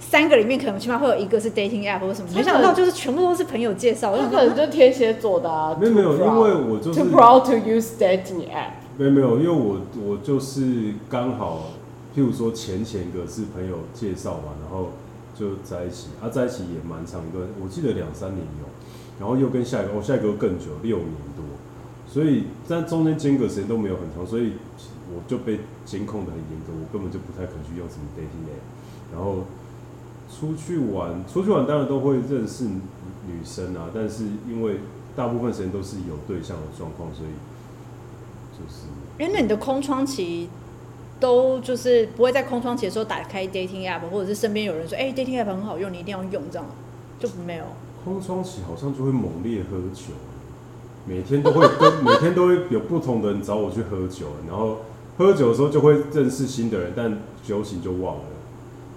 Speaker 2: 三个里面可能起码会有一个是 dating app 或什么，
Speaker 1: 真的
Speaker 2: 没想到就是全部都是朋友介绍。我
Speaker 1: 他
Speaker 2: 想
Speaker 1: 可
Speaker 2: 说
Speaker 1: 能就天蝎座的啊。
Speaker 3: 没有没有，
Speaker 1: too
Speaker 3: 因
Speaker 1: proud
Speaker 3: 为我就是
Speaker 1: too proud to use dating app。
Speaker 3: 没有没有，因为我我就是刚好，譬如说前前个是朋友介绍嘛，然后就在一起，啊在一起也蛮长一段，我记得两三年有，然后又跟下一个，哦下一个更久，六年多，所以但中间间隔时间都没有很长，所以我就被监控的很严格，我根本就不太肯去用什么 dating app，然后出去玩，出去玩当然都会认识女生啊，但是因为大部分时间都是有对象的状况，所以就是。
Speaker 2: 原来你的空窗期都就是不会在空窗期的时候打开 dating app，或者是身边有人说，哎、d a t i n g app 很好用，你一定要用这样，就没有。
Speaker 3: 空窗期好像就会猛烈喝酒，每天都会跟 <laughs> 每天都会有不同的人找我去喝酒，然后喝酒的时候就会认识新的人，但酒醒就忘了，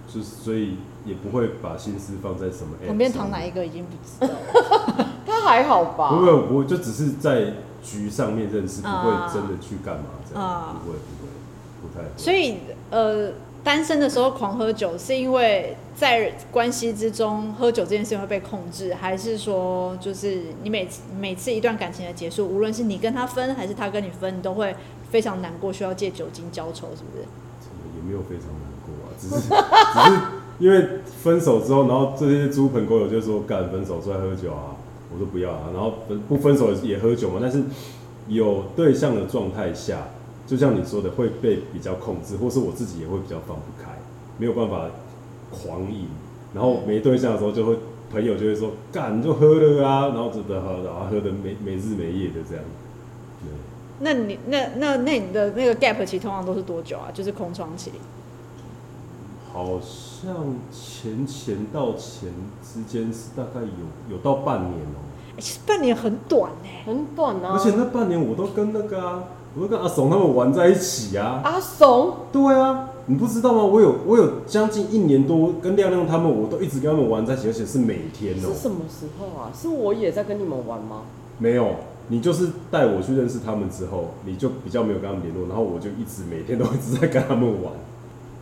Speaker 3: 就是所以也不会把心思放在什么 app
Speaker 2: 旁边躺
Speaker 3: 上
Speaker 2: 哪一
Speaker 3: 面
Speaker 2: 个已经不知道了。
Speaker 1: 他还好
Speaker 3: 不会，
Speaker 1: 吧？
Speaker 3: 我不会，就只是在局上面认识，不会
Speaker 2: 啊
Speaker 3: 真的去干嘛这样，
Speaker 2: 啊
Speaker 3: 不会不会，不太会。
Speaker 2: 所以呃，单身的时候狂喝酒，是因为在关系之中喝酒这件事情会被控制，还是说就是你每次每次一段感情的结束，无论是你跟他分还是他跟你分，你都会非常难过，需要借酒精浇愁，是不是？
Speaker 3: 也没有非常难过啊，只是 <laughs> 只是因为分手之后，然后这些猪朋狗友就说干分手出来喝酒啊，我说不要啊，然后分不分手也喝酒嘛，但是有对象的状态下，就像你说的会被比较控制，或是我自己也会比较放不开，没有办法狂饮，然后没对象的时候就会。朋友就会说：“干你就喝了啊！”然后真的喝，然后喝的没没日没夜的这样。对，
Speaker 2: 那你那那那你的那个 gap 期通常都是多久啊？就是空窗期。
Speaker 3: 好像前前到前之间是大概有有到半年哦、
Speaker 2: 欸其实半年很短欸呢、
Speaker 1: 很短啊。
Speaker 3: 而且那半年我都跟那个啊，我都跟阿怂他们玩在一起啊。
Speaker 1: 阿怂，
Speaker 3: 对啊，你不知道吗？我有我有将近一年多跟亮亮他们，我都一直跟他们玩在一起，而且是每天哦、
Speaker 1: 是什么时候啊？是我也在跟你们玩吗？
Speaker 3: 没有，你就是带我去认识他们之后，你就比较没有跟他们联络，然后我就一直每天都一直在跟他们玩。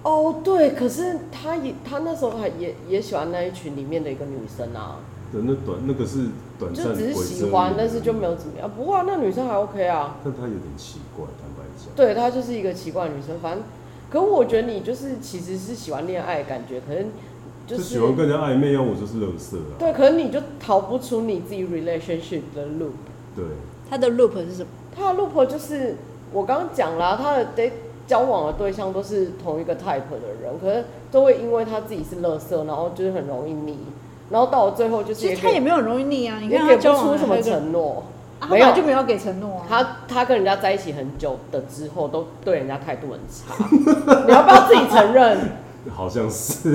Speaker 1: 哦，对，可是他也他那时候还也也喜欢那一群里面的一个女生啊，
Speaker 3: 对，那短那个是短暂
Speaker 1: 就只是
Speaker 3: 鬼
Speaker 1: 喜
Speaker 3: 遮
Speaker 1: 欢
Speaker 3: 眼，
Speaker 1: 但是就没有怎么样。不过、啊、那女生还 OK 啊，
Speaker 3: 但他有点奇怪，坦白讲。
Speaker 1: 对她就是一个奇怪的女生，反正。可我觉得你就是其实是喜欢恋爱的感觉，可是
Speaker 3: 就
Speaker 1: 就是
Speaker 3: 喜欢跟人家暧昧啊，我就是乐色啊。
Speaker 1: 对，可是你就逃不出你自己 relationship 的 loop。
Speaker 3: 对，
Speaker 2: 它的 loop 是什么？
Speaker 1: 他的 loop 就是我刚刚讲啦，他的 date 交往的对象都是同一个 type 的人，可是都会因为他自己是乐色，然后就是很容易腻，然后到了最后就是
Speaker 2: 其
Speaker 1: 也
Speaker 2: 实他也
Speaker 1: 给
Speaker 2: 没有很容易腻啊，你
Speaker 1: 也
Speaker 2: 看
Speaker 1: 给
Speaker 2: 他
Speaker 1: 不
Speaker 2: 交往
Speaker 1: 出
Speaker 2: 的
Speaker 1: 什么
Speaker 2: 那个
Speaker 1: 承诺。
Speaker 2: 啊他
Speaker 1: 没
Speaker 2: 本来
Speaker 1: 有
Speaker 2: 就没有给承诺啊。
Speaker 1: 他他跟人家在一起很久的之后，都对人家态度很差， <laughs> 你要不要自己承认？
Speaker 3: 好像是。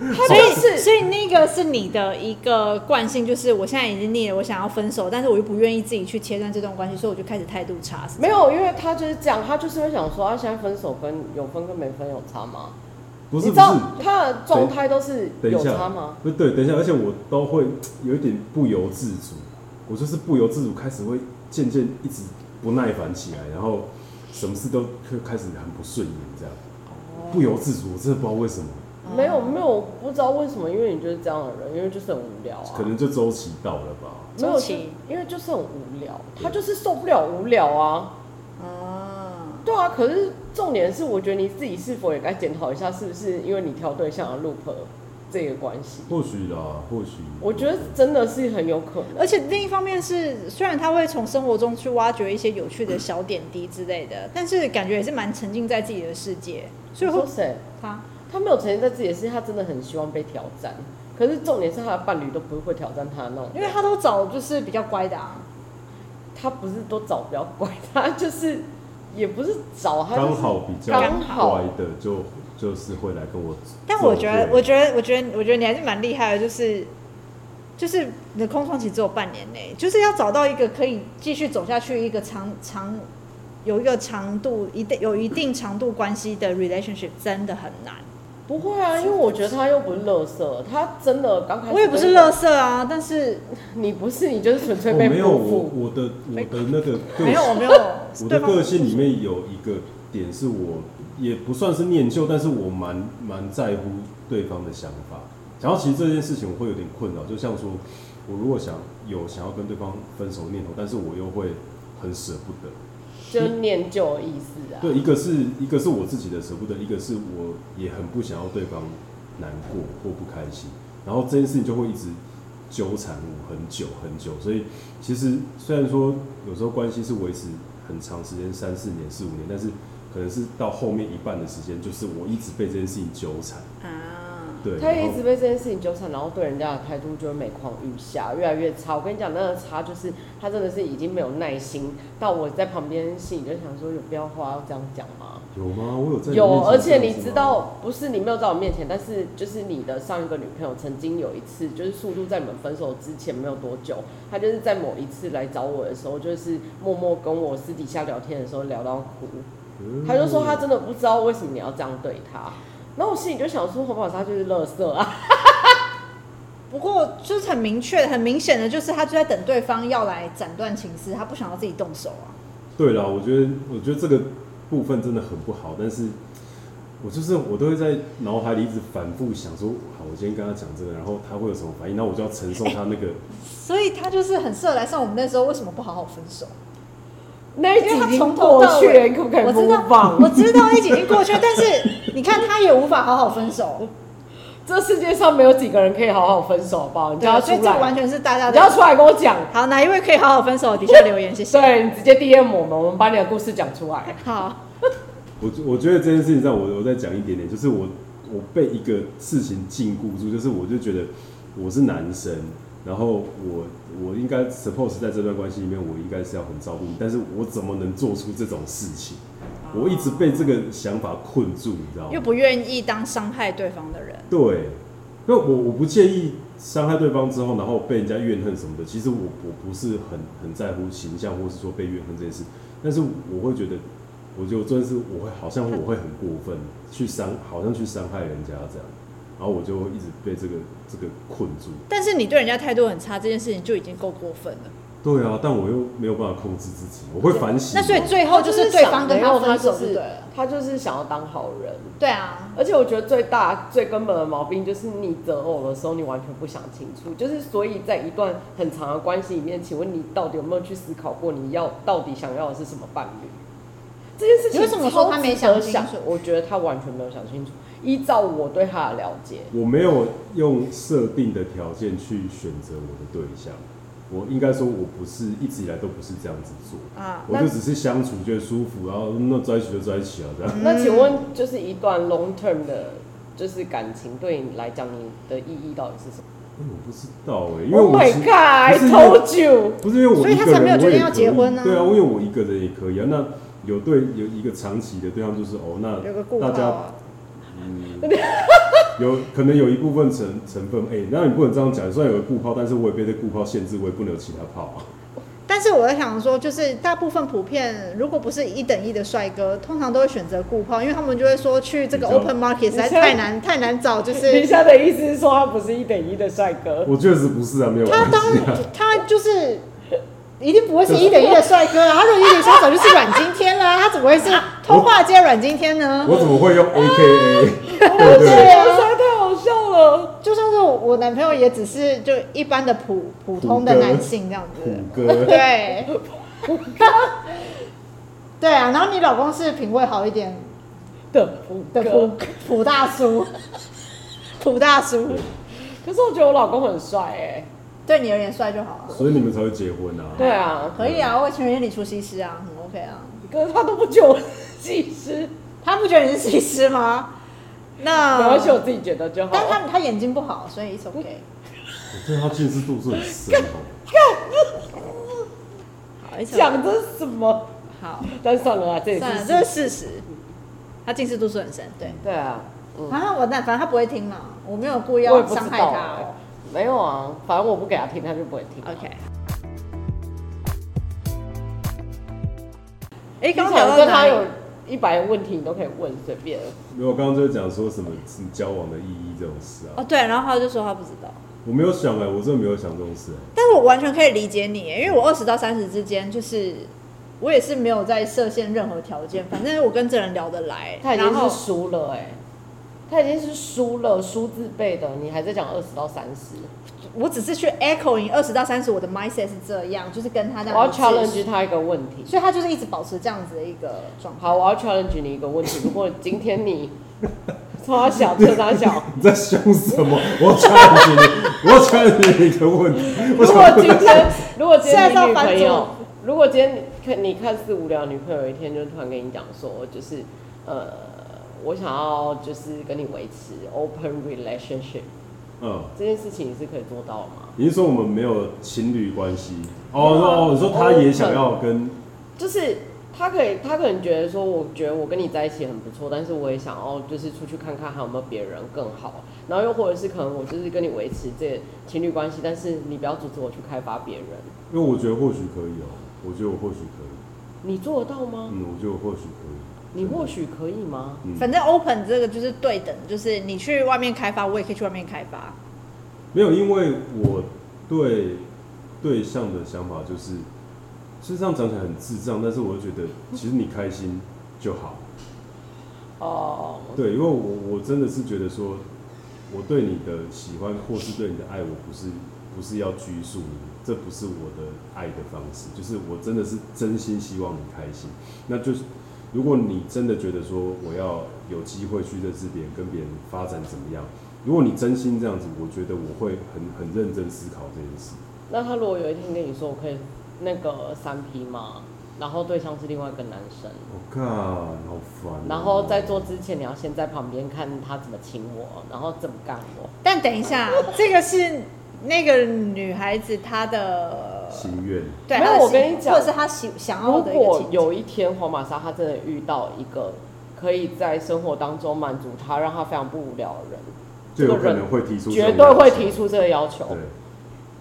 Speaker 1: 他
Speaker 2: 所
Speaker 1: 就
Speaker 2: 以
Speaker 1: 是
Speaker 2: 所以那个是你的一个惯性，就是我现在已经腻了，我想要分手，但是我又不愿意自己去切断这段关系，所以我就开始态度差。是这
Speaker 1: 没
Speaker 2: 样
Speaker 1: 有，因为他就是这样，他就是会想说，啊他现在分手跟有分跟没分有差吗？
Speaker 3: 不是
Speaker 1: 你
Speaker 3: 不
Speaker 1: 知道
Speaker 3: 是，
Speaker 1: 他的状态都是
Speaker 3: 等一
Speaker 1: 有
Speaker 3: 下
Speaker 1: 差吗？
Speaker 3: 不对，等一下，而且我都会有一点不由自主，我就是不由自主开始会渐渐一直不耐烦起来，然后什么事都会开始很不顺眼这样，
Speaker 1: 哦
Speaker 3: 不由自主，我真的不知道为什么，
Speaker 1: 没有没有，我不知道为什么，因为你就是这样的人，因为就是很无聊啊。
Speaker 3: 可能就周期到了吧。
Speaker 1: 没有，
Speaker 2: 周
Speaker 1: 就
Speaker 2: 期
Speaker 1: 因为就是很无聊，他就是受不了无聊啊。
Speaker 2: 啊，
Speaker 1: 对啊，可是重点是，我觉得你自己是否也该检讨一下，是不是因为你挑对象而 loop 这个关系？
Speaker 3: 或许啦，或许
Speaker 1: 我觉得真的是很有可能。
Speaker 2: 而且另一方面是，虽然他会从生活中去挖掘一些有趣的小点滴之类的，但是感觉也是蛮沉浸在自己的世界，所以
Speaker 1: 你
Speaker 2: 会
Speaker 1: 说谁？
Speaker 2: 他
Speaker 1: 他没有沉浸在自己的世界，他真的很希望被挑战。可是重点是他的伴侣都不会挑战他的那种人，
Speaker 2: 因为他都找就是比较乖的啊。
Speaker 1: 他不是都找比较乖，他就是也不是找他、就是、
Speaker 3: 刚好比较
Speaker 1: 刚好
Speaker 3: 乖的就就是会来跟我作对，
Speaker 2: 但我觉得，我觉得，我觉得，我觉得你还是蛮厉害的，就是就是你的空窗期只有半年内，就是要找到一个可以继续走下去、一个长长有一个长度、一定有一定长度关系的 relationship 真的很难。
Speaker 1: 不会啊，因为我觉得他又不是乐色，他真的刚开始
Speaker 2: 我也不是乐，色啊，但是
Speaker 1: 你不是你就是纯粹
Speaker 3: 我
Speaker 1: 被
Speaker 3: 哦没有
Speaker 1: 辜
Speaker 3: 我
Speaker 1: 负。
Speaker 3: 我的我的那个个
Speaker 2: 没有，我没有
Speaker 3: 我
Speaker 2: 对
Speaker 3: 的
Speaker 2: 方
Speaker 3: 个性里面有一个点是我也不算是念旧，但是我蛮蛮在乎对方的想法。然后其实这件事情我会有点困扰，就像说我如果想有想要跟对方分手的念头，但是我又会很舍不得。
Speaker 1: 就是念旧的意思啊。
Speaker 3: 对，一个是一个是我自己的舍不得，一个是我也很不想要对方难过或不开心，然后这件事情就会一直纠缠我很久很久。所以其实虽然说有时候关系是维持很长时间，三四年、四五年，但是可能是到后面一半的时间，就是我一直被这件事情纠缠。
Speaker 2: 啊，
Speaker 3: 对，
Speaker 1: 他
Speaker 3: 然
Speaker 1: 也一
Speaker 3: 后
Speaker 1: 直被这件事情纠缠，然后对人家的态度就会每况愈下，越来越差。我跟你讲，那个差就是他真的是已经没有耐心，到我在旁边心里就想说，有必要话要这样讲吗？
Speaker 3: 有吗？我有在你面
Speaker 1: 有，
Speaker 3: 前
Speaker 1: 而且
Speaker 3: 这
Speaker 1: 你
Speaker 3: 样子
Speaker 1: 知
Speaker 3: 吗，
Speaker 1: 道，不是你没有在我面前，但是就是你的上一个女朋友曾经有一次，就是速度在你们分手之前没有多久，她就是在某一次来找我的时候，就是默默跟我私底下聊天的时候聊到哭，
Speaker 3: 嗯
Speaker 1: 她就说她真的不知道为什么你要这样对她，然后我心里就想说，红宝莎就是乐色啊， <laughs>
Speaker 2: 不过就是很明确、很明显的，就是他就在等对方要来斩断情丝，他不想要自己动手啊。
Speaker 3: 对啦，我觉得我觉得这个部分真的很不好，但是我就是我都会在脑海里一直反复想说，好，我今天跟他讲这个，然后他会有什么反应，那我就要承受他那个。
Speaker 2: 所以他就是很适合来上我们那时候，为什么不好好分手？
Speaker 1: 那一集已经过去了，你可不可以
Speaker 2: 我知
Speaker 1: 模
Speaker 2: 道，我
Speaker 1: 仿？
Speaker 2: 知道一集已经过去了，但是你看他也无法好好
Speaker 1: <laughs>
Speaker 2: 分手，
Speaker 1: <laughs> 这世界上没有几个人可以好好分手，好不好？你就
Speaker 2: 对
Speaker 1: 要
Speaker 2: 啊，
Speaker 1: 出
Speaker 2: 所以这完
Speaker 1: 来，
Speaker 2: 全是大家
Speaker 1: 你就要
Speaker 2: 的。
Speaker 1: 出来跟我讲。
Speaker 2: 好，哪一位可以好好分手？底下留言，谢谢。
Speaker 1: 对你直接 DM 我们，我们把你的故事讲出来。
Speaker 2: 好，
Speaker 3: 我我觉得这件事情上，我我再讲一点点，就是我我被一个事情禁锢住，就是我就觉得我是男生，然后我我应该 suppose 在这段关系里面，我应该是要很照顾你，但是我怎么能做出这种事情？我一直被这个想法困住，你知道
Speaker 2: 又
Speaker 3: 吗？
Speaker 2: 不愿意当伤害对方的人，
Speaker 3: 对，那我我不介意伤害对方之后，然后被人家怨恨什么的。其实我我不是很很在乎形象，或是说被怨恨这件事，但是我会觉得，我就真的是我会好像我会很过分去伤，好像去伤害人家这样，然后我就一直被这个这个困住。
Speaker 2: 但是你对人家态度很差，这件事情就已经够过分了。
Speaker 3: 对啊，但我又没有办法控制自己，我会反省。
Speaker 2: 那所以最后哎就是对方跟他分手
Speaker 1: 就
Speaker 2: 就对
Speaker 1: 是
Speaker 2: 了。
Speaker 1: 他就是想要当好人。
Speaker 2: 对啊，
Speaker 1: 而且我觉得最大最根本的毛病就是你择偶的时候，你完全不想清楚。就是所以在一段很长的关系里面，请问你到底有没有去思考过你要到底想要的是什么伴侣？这件事情
Speaker 2: 你为什么说他没想
Speaker 1: 超
Speaker 2: 清
Speaker 1: 值
Speaker 2: 楚
Speaker 1: 得想？我觉得他完全没有想清楚。依照我对他的了解，
Speaker 3: 我没有用设定的条件去选择我的对象，我应该说我不是一直以来都不是这样子做。
Speaker 2: 啊，
Speaker 3: 我就只是相处觉得舒服，然后那在一起就在一起啊，
Speaker 2: 嗯
Speaker 3: 这样。
Speaker 1: 那请问就是一段 long term 的，就是感情对你来讲，你的意义到底是什么
Speaker 3: 嗯我不知道哎、因为
Speaker 1: ？Oh
Speaker 3: 我
Speaker 1: my
Speaker 3: 其
Speaker 1: god！I
Speaker 3: 不是因为
Speaker 1: told you。
Speaker 3: 不是因为我
Speaker 2: 所以
Speaker 3: 一
Speaker 2: 他
Speaker 3: 个
Speaker 2: 才没有
Speaker 3: 人，
Speaker 2: 决
Speaker 3: 我也
Speaker 2: 定要结婚啊
Speaker 3: 可以对啊，因为我一个人也可以啊。那有对有一个长期的对象，就是哦，那
Speaker 2: 有个顾
Speaker 3: 大
Speaker 2: 客
Speaker 3: 家
Speaker 2: 啊
Speaker 3: 嗯，有可能有一部分成成分哎，那、你不能这样讲。虽然有个固炮，但是我也被这固炮限制，我也不能有其他炮啊。
Speaker 2: 但是我在想说，就是大部分普遍，如果不是一等一的帅哥，通常都会选择顾炮，因为他们就会说去这个
Speaker 3: 你知道
Speaker 2: open market 实在
Speaker 1: 你知道
Speaker 2: 太难太难找，就
Speaker 1: 李
Speaker 2: 是
Speaker 1: 夏的意思是说，他不是一等一的帅哥。
Speaker 3: 我确实不是啊，没有关
Speaker 2: 他
Speaker 3: 系啊。
Speaker 2: 当他就是一定不会是一等一的帅哥啊，他如果一等一他早就是阮经天啦，他怎么会是通话接阮经天呢？
Speaker 3: 我怎么会用 A K A？对
Speaker 2: 对
Speaker 3: 不对？
Speaker 2: 啊
Speaker 1: 实在太好笑 <laughs> 了。
Speaker 2: 就像是我我男朋友也只是就一般的普普通的
Speaker 3: 普哥
Speaker 2: 男性这样子，
Speaker 3: 虎哥，
Speaker 2: 对，对啊，然后你老公是品味好一点
Speaker 1: 的福
Speaker 2: 的普
Speaker 1: 哥，
Speaker 2: 普大叔，普大叔。
Speaker 1: 可是我觉得我老公很帅哎、
Speaker 2: 对你而言帅就好了。
Speaker 3: 所以你们才会结婚啊。
Speaker 1: 对啊，
Speaker 2: 可以啊，我情人节你出西施啊，很 OK 啊。
Speaker 1: 可是他都不觉得我是技师，
Speaker 2: 他不觉得你是西施吗？那
Speaker 1: 没关系，我自己觉得就好
Speaker 2: 但
Speaker 1: 了。
Speaker 2: 他他眼睛不好，所以 it's OK。
Speaker 3: 我对他近视度数很深哦。
Speaker 2: 好，一
Speaker 1: 讲的是什么？
Speaker 2: 好，
Speaker 1: 但算了啊，这也
Speaker 2: 算了，
Speaker 1: 是
Speaker 2: 这是事实。他近视度数很深，对。
Speaker 1: 对啊，嗯，
Speaker 2: 然后我那反正他不会听嘛，我没有故意
Speaker 1: 我也
Speaker 2: 要
Speaker 1: 不
Speaker 2: 伤
Speaker 1: 知
Speaker 2: 害
Speaker 1: 道、
Speaker 2: 他
Speaker 1: 欸
Speaker 2: 哦。。
Speaker 1: 没有啊，反正我不给他听，他就不会听。
Speaker 2: OK。哎，
Speaker 1: 你
Speaker 2: 刚刚
Speaker 1: 想
Speaker 2: 讲到
Speaker 1: 跟
Speaker 2: 哪
Speaker 1: 他
Speaker 2: 里
Speaker 1: 有一百个问题，你都可以问，随便。
Speaker 3: 没有，我刚刚就讲说什么交往的意义这种事啊，
Speaker 2: 哦，对，然后他就说他不知道。
Speaker 3: 我没有想哎、我真的没有想这种事、欸。
Speaker 2: 但是我完全可以理解你耶，因为我二十到三十之间，就是我也是没有在设限任何条件，反正我跟这人聊得来，
Speaker 1: 他已
Speaker 2: 然
Speaker 1: 经
Speaker 2: 后
Speaker 1: 是输了哎、他已经是输了，输字辈的，你还在讲二十到三十，
Speaker 2: 我只是去 echo 你二十到三十，我的 mindset 是这样，就是跟他那
Speaker 1: 我
Speaker 2: 样
Speaker 1: 要
Speaker 2: 的次
Speaker 1: challenge 他一个问题。
Speaker 2: 所以他就是一直保持这样子的一个状态。
Speaker 1: 好，我要 challenge 你一个问题：如果今天
Speaker 2: <laughs>
Speaker 1: 你从他小趁他小，
Speaker 3: 你在想什么？我要 challenge 你，我要 challenge 你一个问题。
Speaker 1: 如
Speaker 3: 我想
Speaker 1: 果
Speaker 3: 问
Speaker 1: 今
Speaker 2: <laughs>
Speaker 1: 天如果今天
Speaker 2: 现在是
Speaker 1: 你
Speaker 2: 要
Speaker 1: 女
Speaker 2: 翻
Speaker 1: 朋
Speaker 2: 桌
Speaker 1: 友，如果今天你看你看似无聊，女朋友有一天就突然跟你讲说，就是呃，我想要就是跟你维持 open relationship
Speaker 3: 嗯，
Speaker 1: 这件事情，你是可以做到的吗？
Speaker 3: 你是说我们没有情侣关系？哦，那哦，你说他也想要跟，
Speaker 1: 就是他可以，他可能觉得说，我觉得我跟你在一起很不错，但是我也想要就是出去看看还有没有别人更好。然后又或者是可能我就是跟你维持这情侣关系，但是你不要阻止我去开发别人。
Speaker 3: 因为我觉得或许可以哦，我觉得我或许可以，
Speaker 1: 你做得到吗？
Speaker 3: 嗯，我觉得我或许可以。
Speaker 1: 你或许可以吗？
Speaker 3: 嗯
Speaker 2: 反正 open 这个就是对等，就是你去外面开发，我也可以去外面开发。
Speaker 3: 没有，因为我对对象的想法就是，事实上讲起来很智障，但是我就觉得其实你开心就好。
Speaker 1: 哦，
Speaker 3: 对，因为我我真的是觉得说，我对你的喜欢或是对你的爱，我不是不是要拘束你，这不是我的爱的方式，就是我真的是真心希望你开心。那就是如果你真的觉得说我要有机会去认识别人，跟别人发展怎么样，如果你真心这样子，我觉得我会很很认真思考这件事。
Speaker 1: 那他如果有一天跟你说我可以那个三 P 嘛，然后对象是另外一个男生，
Speaker 3: 我、靠，好烦哦、
Speaker 1: 然后在做之前你要先在旁边看他怎么亲我，然后怎么干我。
Speaker 2: 但等
Speaker 1: <laughs>
Speaker 2: 一下，这个是那个女孩子她的
Speaker 3: 心愿，
Speaker 2: 对，
Speaker 1: 没有
Speaker 2: 她的
Speaker 1: 我跟
Speaker 2: 心
Speaker 1: 你讲
Speaker 2: 或者是她喜想要
Speaker 1: 如
Speaker 2: 的一个
Speaker 1: 果
Speaker 2: 情
Speaker 1: 有
Speaker 2: 景。
Speaker 1: 一天黄玛莎她真的遇到一个可以在生活当中满足她，让她非常不无聊的人，
Speaker 3: 就有
Speaker 1: 这
Speaker 3: 可
Speaker 1: 个人
Speaker 3: 能会提出这种
Speaker 1: 绝对会
Speaker 3: 要求
Speaker 1: 提出这个要求
Speaker 3: 对。。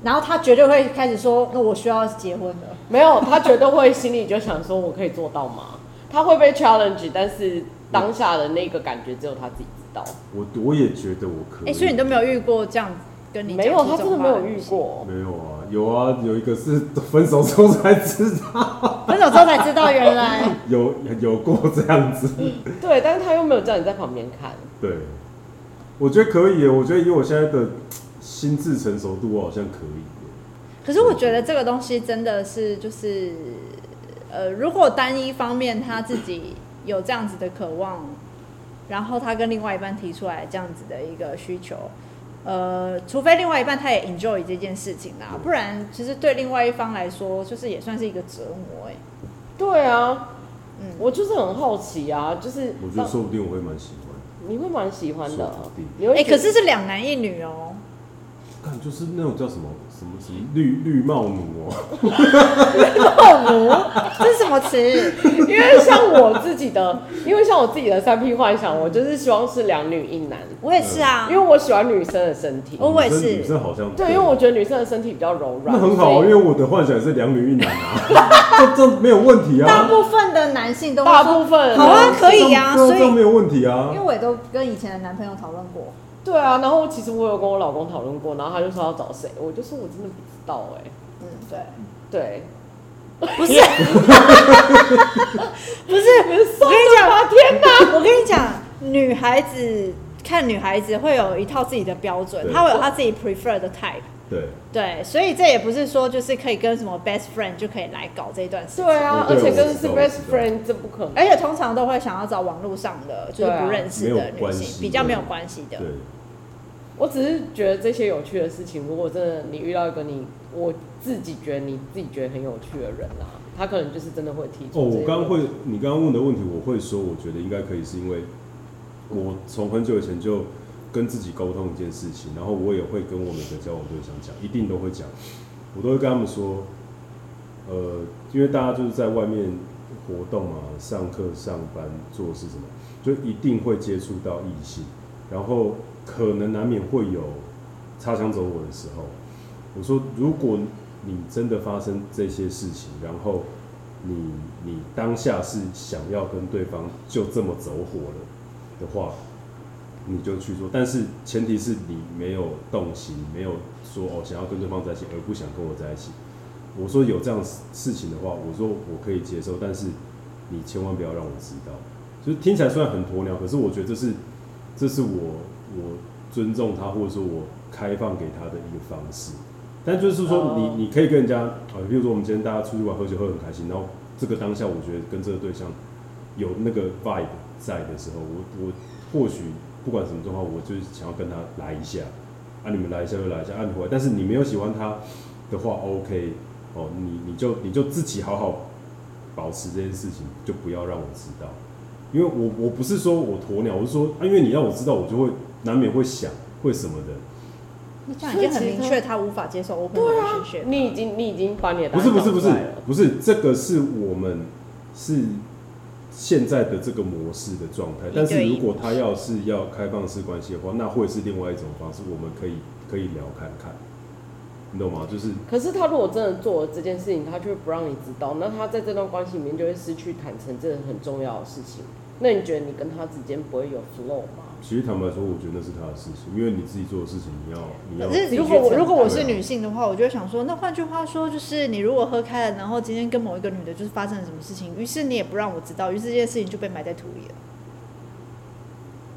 Speaker 2: 然后她绝对会开始说：“那我需要结婚了。
Speaker 1: 没有，她绝对会心里就想说：“我可以做到吗？”她会
Speaker 3: <laughs>
Speaker 1: 被 challenge，但是当下的那个感觉只有她自己知道。
Speaker 3: 我我也觉得我可以。
Speaker 2: 哎，所以你都没有遇过这样跟
Speaker 1: 嗯
Speaker 2: 你
Speaker 1: 没有，
Speaker 2: 她
Speaker 1: 她真的没有遇，过。
Speaker 3: 没有啊，有啊，有一个是分手之后才知道，
Speaker 2: 分手之后才知道原来
Speaker 3: 有有过这样子。
Speaker 2: 嗯
Speaker 1: 对，但是她又没有叫你在旁边看。
Speaker 3: 对，我觉得可以耶，我觉得以我现在的心智成熟度，我好像可以耶。
Speaker 2: 可是我觉得这个东西真的是就是，呃，如果单一方面他自己有这样子的渴望，然后他跟另外一半提出来这样子的一个需求，呃，除非另外一半他也 enjoy 这件事情
Speaker 1: 嗯
Speaker 2: 啦，不然其实对另外一方来说，就是也算是一个折磨哎、
Speaker 1: 对啊，
Speaker 2: 嗯
Speaker 1: 我就是很好奇啊，就是
Speaker 3: 我觉得说不定我会蛮喜欢，
Speaker 1: 你会蛮喜欢的
Speaker 3: 说不定，
Speaker 1: 你会
Speaker 2: 哎、
Speaker 1: 觉
Speaker 2: 可
Speaker 1: 得
Speaker 2: 是是两男一女哦、 <laughs>
Speaker 3: 看就是那种叫什么什么什么绿绿帽奴哦、
Speaker 2: 这是什么词？
Speaker 1: <laughs> 因为像我自己的，因为像我自己的三 P 幻想，我就是希望是两女一男，
Speaker 2: 我也是啊
Speaker 1: 因，为我喜欢女生的身体。
Speaker 2: 哦我也
Speaker 3: 女生
Speaker 2: 是
Speaker 3: 女生好像
Speaker 1: 对，因为我觉得女生的身体比较柔软，
Speaker 3: 那很好啊，
Speaker 1: 所以
Speaker 3: 因为我的幻想也是两女一男啊， <laughs> 这这没有问题
Speaker 2: 大
Speaker 3: 啊，
Speaker 2: 部分的男性都会
Speaker 1: 大
Speaker 2: 说
Speaker 1: 部分人
Speaker 2: 好啊，可以呀、
Speaker 3: 这
Speaker 2: 所
Speaker 3: 这这
Speaker 2: 以
Speaker 3: 没有问题啊
Speaker 2: 因为。我也都跟以前的男朋友讨论过。
Speaker 1: 对啊。然后其实我有跟我老公讨论过，然后他就说要找谁，我就说我真的不知道哎、
Speaker 2: 嗯，对，
Speaker 1: 对，
Speaker 2: 不是，不是，我跟你讲，天 <laughs> 哪！我跟你讲，女孩子看女孩子会有一套自己的标准，
Speaker 3: 对
Speaker 2: 她会有她自己 prefer 的 type。
Speaker 3: 对，
Speaker 2: 对，所以这也不是说就是可以跟什么 best friend 就可以来搞这一段事情，
Speaker 1: 对啊，
Speaker 3: 对
Speaker 1: 而且
Speaker 3: 我
Speaker 1: 跟
Speaker 3: 知
Speaker 1: 是
Speaker 3: 道我
Speaker 1: best
Speaker 3: 知道
Speaker 1: friend 这不可能。哎
Speaker 2: 而且通常都会想要找网络上的就是不认识
Speaker 3: 对
Speaker 2: 的
Speaker 3: 啊没有
Speaker 2: 女
Speaker 3: 关
Speaker 2: 性，
Speaker 3: 系
Speaker 2: 比较没有关系的
Speaker 3: 对。，
Speaker 1: 我只是觉得这些有趣的事情，如果真的你遇到一个你我自己觉得你自己觉得很有趣的人啊，他可能就是真的会提出。
Speaker 3: 哦，我刚刚会，你刚刚问的问题，我会说，我觉得应该可以，是因为我从很久以前就跟自己沟通一件事情，然后我也会跟我每个交往对象讲，一定都会讲，我都会跟他们说，呃，因为大家就是在外面活动嘛，上课、上班、做事什么，就一定会接触到异性，然后可能难免会有擦枪走火的时候。我说，如果你真的发生这些事情，然后你你当下是想要跟对方就这么走火了的话，你就去做，但是前提是你没有动心，没有说哦想要跟对方在一起，而不想跟我在一起。我说有这样事情的话，我说我可以接受，但是你千万不要让我知道。就是听起来虽然很鸵鸟，可是我觉得这是这是我我尊重他，或者说我开放给他的一个方式。但就是说你，
Speaker 1: 哦
Speaker 3: 你可以跟人家呃，比如说我们今天大家出去玩喝酒喝得很开心，然后这个当下我觉得跟这个对象有那个 vibe 在的时候，我我或许不管什么状况，我就是想要跟他来一下，啊你们来一下就来一下，啊你回来，但是你没有喜欢他的话，OK，哦你你就你就自己好好保持这件事情，就不要让我知道。因为我我不是说我鸵鸟，我是说啊，因为你让我知道，我就会难免会想会什么的。
Speaker 2: 那这样已经很明确，他无法接受 open
Speaker 1: 对
Speaker 2: relationship。
Speaker 1: 你已经你已经把你的答
Speaker 3: 不
Speaker 1: 案
Speaker 3: 是不是不是
Speaker 1: 讲出来了
Speaker 3: 不是，这个是我们是现在的这个模式的状态
Speaker 2: 一对。
Speaker 3: 但是
Speaker 2: 一
Speaker 3: 如果他要是要开放式关系的话，那会是另外一种方式，我们可以可以聊看看，你懂吗？就是
Speaker 1: 可是他如果真的做了这件事情，他却不让你知道，那他在这段关系里面就会失去坦诚，这是很重要的事情。那你觉得你跟他之间不会有 flow 吗？
Speaker 3: 其实坦白说，我觉得那是他的事情，因为你自己做的事情，你要你要
Speaker 2: 可是
Speaker 1: 己
Speaker 2: 如果
Speaker 1: 去承
Speaker 2: 我
Speaker 1: 担
Speaker 2: 如果我是女性的话，我就会想说，那换句话说，就是你如果喝开了，然后今天跟某一个女的，就是发生了什么事情，于是你也不让我知道，于是这件事情就被埋在土里了。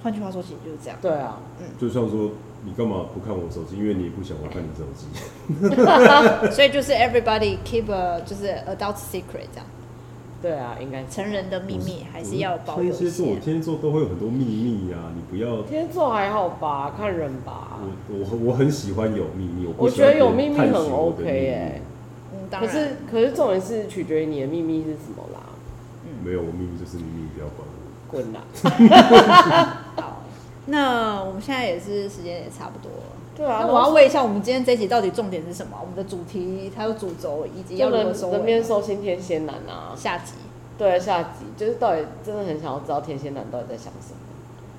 Speaker 2: 换句话说，其实就是这 <laughs> 样。
Speaker 1: 对啊，
Speaker 3: 就像说你干嘛不看我手机？因为你也不想我看你手机。
Speaker 2: 所以就是 everybody keep a 就是 adult secret 这样，
Speaker 1: 对啊，应该
Speaker 2: 成人的秘密还是要保有
Speaker 3: 天蝎
Speaker 2: 一
Speaker 3: 座，我
Speaker 2: 些。
Speaker 3: 天蝎座都会有很多秘密呀、你不要。
Speaker 1: 天蝎座还好吧，看人吧。
Speaker 3: 我我我很喜欢有秘密，我不
Speaker 1: 我
Speaker 3: 喜
Speaker 1: 觉
Speaker 3: 欢
Speaker 1: 得有秘密
Speaker 3: 别人
Speaker 1: 很
Speaker 3: 探寻我的
Speaker 1: OK
Speaker 3: 秘密
Speaker 1: 哎、
Speaker 2: 嗯，当
Speaker 1: 可
Speaker 2: 然。
Speaker 1: 是可是重点是取决于你的秘密是什么啦，
Speaker 3: 没有，我秘密就是秘密，不要管我。
Speaker 1: 滚啦！
Speaker 2: 好，那我们现在也是时间也差不多了。
Speaker 1: 对啊，
Speaker 2: 那我要问一下，我们今天这集到底重点是什么？我们的主题还有主轴，以及
Speaker 1: 要
Speaker 2: 要如
Speaker 1: 人
Speaker 2: 何收
Speaker 1: 人面
Speaker 2: 尾？
Speaker 1: 兽心天蝎男啊，
Speaker 2: 下集
Speaker 1: 对，啊下集就是到底真的很想要知道天蝎男到底在想什么，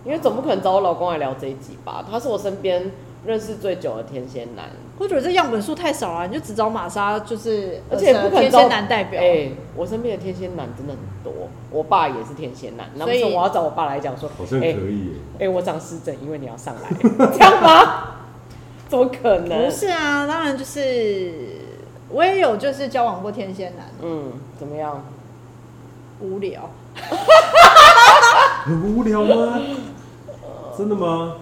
Speaker 1: 因为总不可能找我老公来聊这一集吧？他是我身边认识最久的天蝎男，
Speaker 2: 我觉得这样本数太少了，啊你就只找玛莎，就是
Speaker 1: 而且也不可能
Speaker 2: 天
Speaker 1: 找
Speaker 2: 蝎男代表。
Speaker 1: 哎、我身边的天蝎男真的很多，我爸也是天蝎男，那
Speaker 2: 所
Speaker 1: 不
Speaker 2: 以
Speaker 1: 是我要找我爸来讲说，
Speaker 3: 好像
Speaker 1: 哎、
Speaker 3: 可以耶、
Speaker 1: 哎、我长湿疹，因为你要上来， <laughs> 这样吗？怎么可能
Speaker 2: 不？是啊，当然就是我也有就是交往过天蝎男，
Speaker 1: 嗯，怎么样？
Speaker 2: 无聊。
Speaker 1: 哎
Speaker 3: 很无
Speaker 1: <laughs>
Speaker 3: 聊吗？真的吗？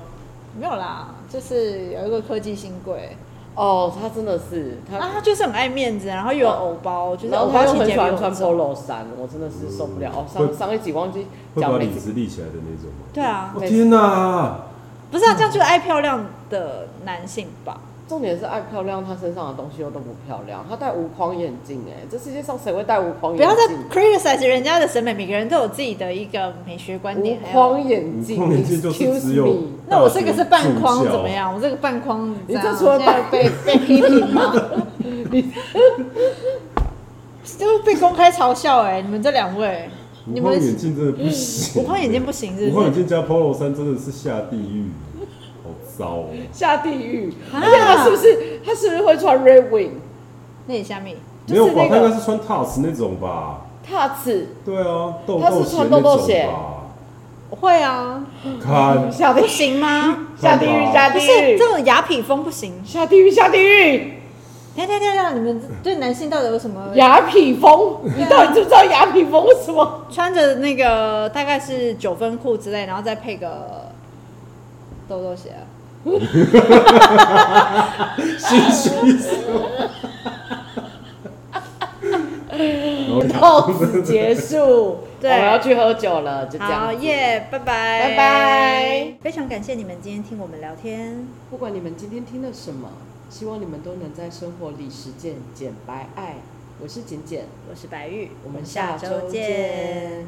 Speaker 2: 没有啦，就是有一个科技新贵
Speaker 1: 哦，他真的是他，
Speaker 2: 啊，他就是很爱面子，然后又有偶包，就是
Speaker 1: 然
Speaker 2: 偶
Speaker 1: 后他
Speaker 2: 包
Speaker 1: 又
Speaker 2: 情
Speaker 1: 很喜
Speaker 2: 节比
Speaker 1: 欢
Speaker 2: 我
Speaker 1: 穿
Speaker 2: 重。
Speaker 1: polo 衫，我真的是受不了。哦，
Speaker 3: 会
Speaker 1: 上上一集忘记
Speaker 3: 会
Speaker 1: 讲
Speaker 3: 把
Speaker 1: 了
Speaker 3: 领子立起来的那种吗？
Speaker 2: 对啊
Speaker 3: 我、，
Speaker 1: 每次
Speaker 3: 天哪、
Speaker 2: 不是啊，这样就是爱漂亮的男性吧？
Speaker 1: 重点是爱漂亮，她身上的东西又都不漂亮。她戴无框眼镜，哎，这世界上谁会戴无框眼
Speaker 2: 不要再
Speaker 1: 镜？
Speaker 2: criticize 人家的审美，每个人都有自己的一个美学观
Speaker 1: 无
Speaker 2: 点。还有，
Speaker 1: 框眼
Speaker 3: 无
Speaker 1: 镜
Speaker 3: 框眼镜就是只
Speaker 1: ，excuse
Speaker 3: 有
Speaker 1: me，
Speaker 2: 那我这个是半框怎么？样？我这个半框
Speaker 1: 你
Speaker 2: 怎样，
Speaker 1: 这除了
Speaker 2: 现在被被批评吗？你 <laughs> 就被公开嘲笑哎、你们这两位，你
Speaker 3: 无框
Speaker 2: 们
Speaker 3: 眼镜真的不行、
Speaker 2: 我框眼镜不行，是
Speaker 3: 无框
Speaker 2: 不
Speaker 3: 眼
Speaker 2: 是？
Speaker 3: 镜加 polo 衫真的是下地狱，好糟哦、
Speaker 1: 下地狱。
Speaker 2: 啊
Speaker 1: 而且她是不是她是不是会穿 Red Wing
Speaker 2: 那你下面
Speaker 1: <laughs> 就是
Speaker 3: 没有吧？
Speaker 1: 那个
Speaker 3: 他应该是穿 Tuts 那种吧？
Speaker 1: 踏刺？
Speaker 3: 对啊，豆
Speaker 1: 他是
Speaker 3: 豆鞋
Speaker 1: 穿
Speaker 3: 那
Speaker 1: 豆豆
Speaker 3: 种
Speaker 1: 鞋
Speaker 3: 吧？
Speaker 2: 我会啊，
Speaker 1: <laughs>
Speaker 3: 看，
Speaker 1: 下地
Speaker 2: 不行吗？
Speaker 1: 下地狱，下
Speaker 2: 不
Speaker 1: 地
Speaker 2: 是这
Speaker 1: 狱，
Speaker 2: 种雅痞风不行。
Speaker 1: 下地狱，下地狱！
Speaker 2: 等一下等一下等一下，你们对男性到底有什么？
Speaker 1: 雅痞风，你到底知不知道雅痞风是什么？
Speaker 2: 穿着那个大概是九分裤之类，然后再配个豆豆鞋啊。
Speaker 3: 信息素。然后
Speaker 1: 到此结 <laughs> 束，
Speaker 2: 对
Speaker 1: 我们要去喝酒了，就这
Speaker 2: 好
Speaker 1: 样。
Speaker 2: 耶，拜拜，
Speaker 1: 拜拜。
Speaker 2: 非常感谢你们今天听我们聊天，
Speaker 1: 不管你们今天听了什么，希望你们都能在生活里实践简白爱。我是简简，
Speaker 2: 我是白玉，
Speaker 1: 我们下周见。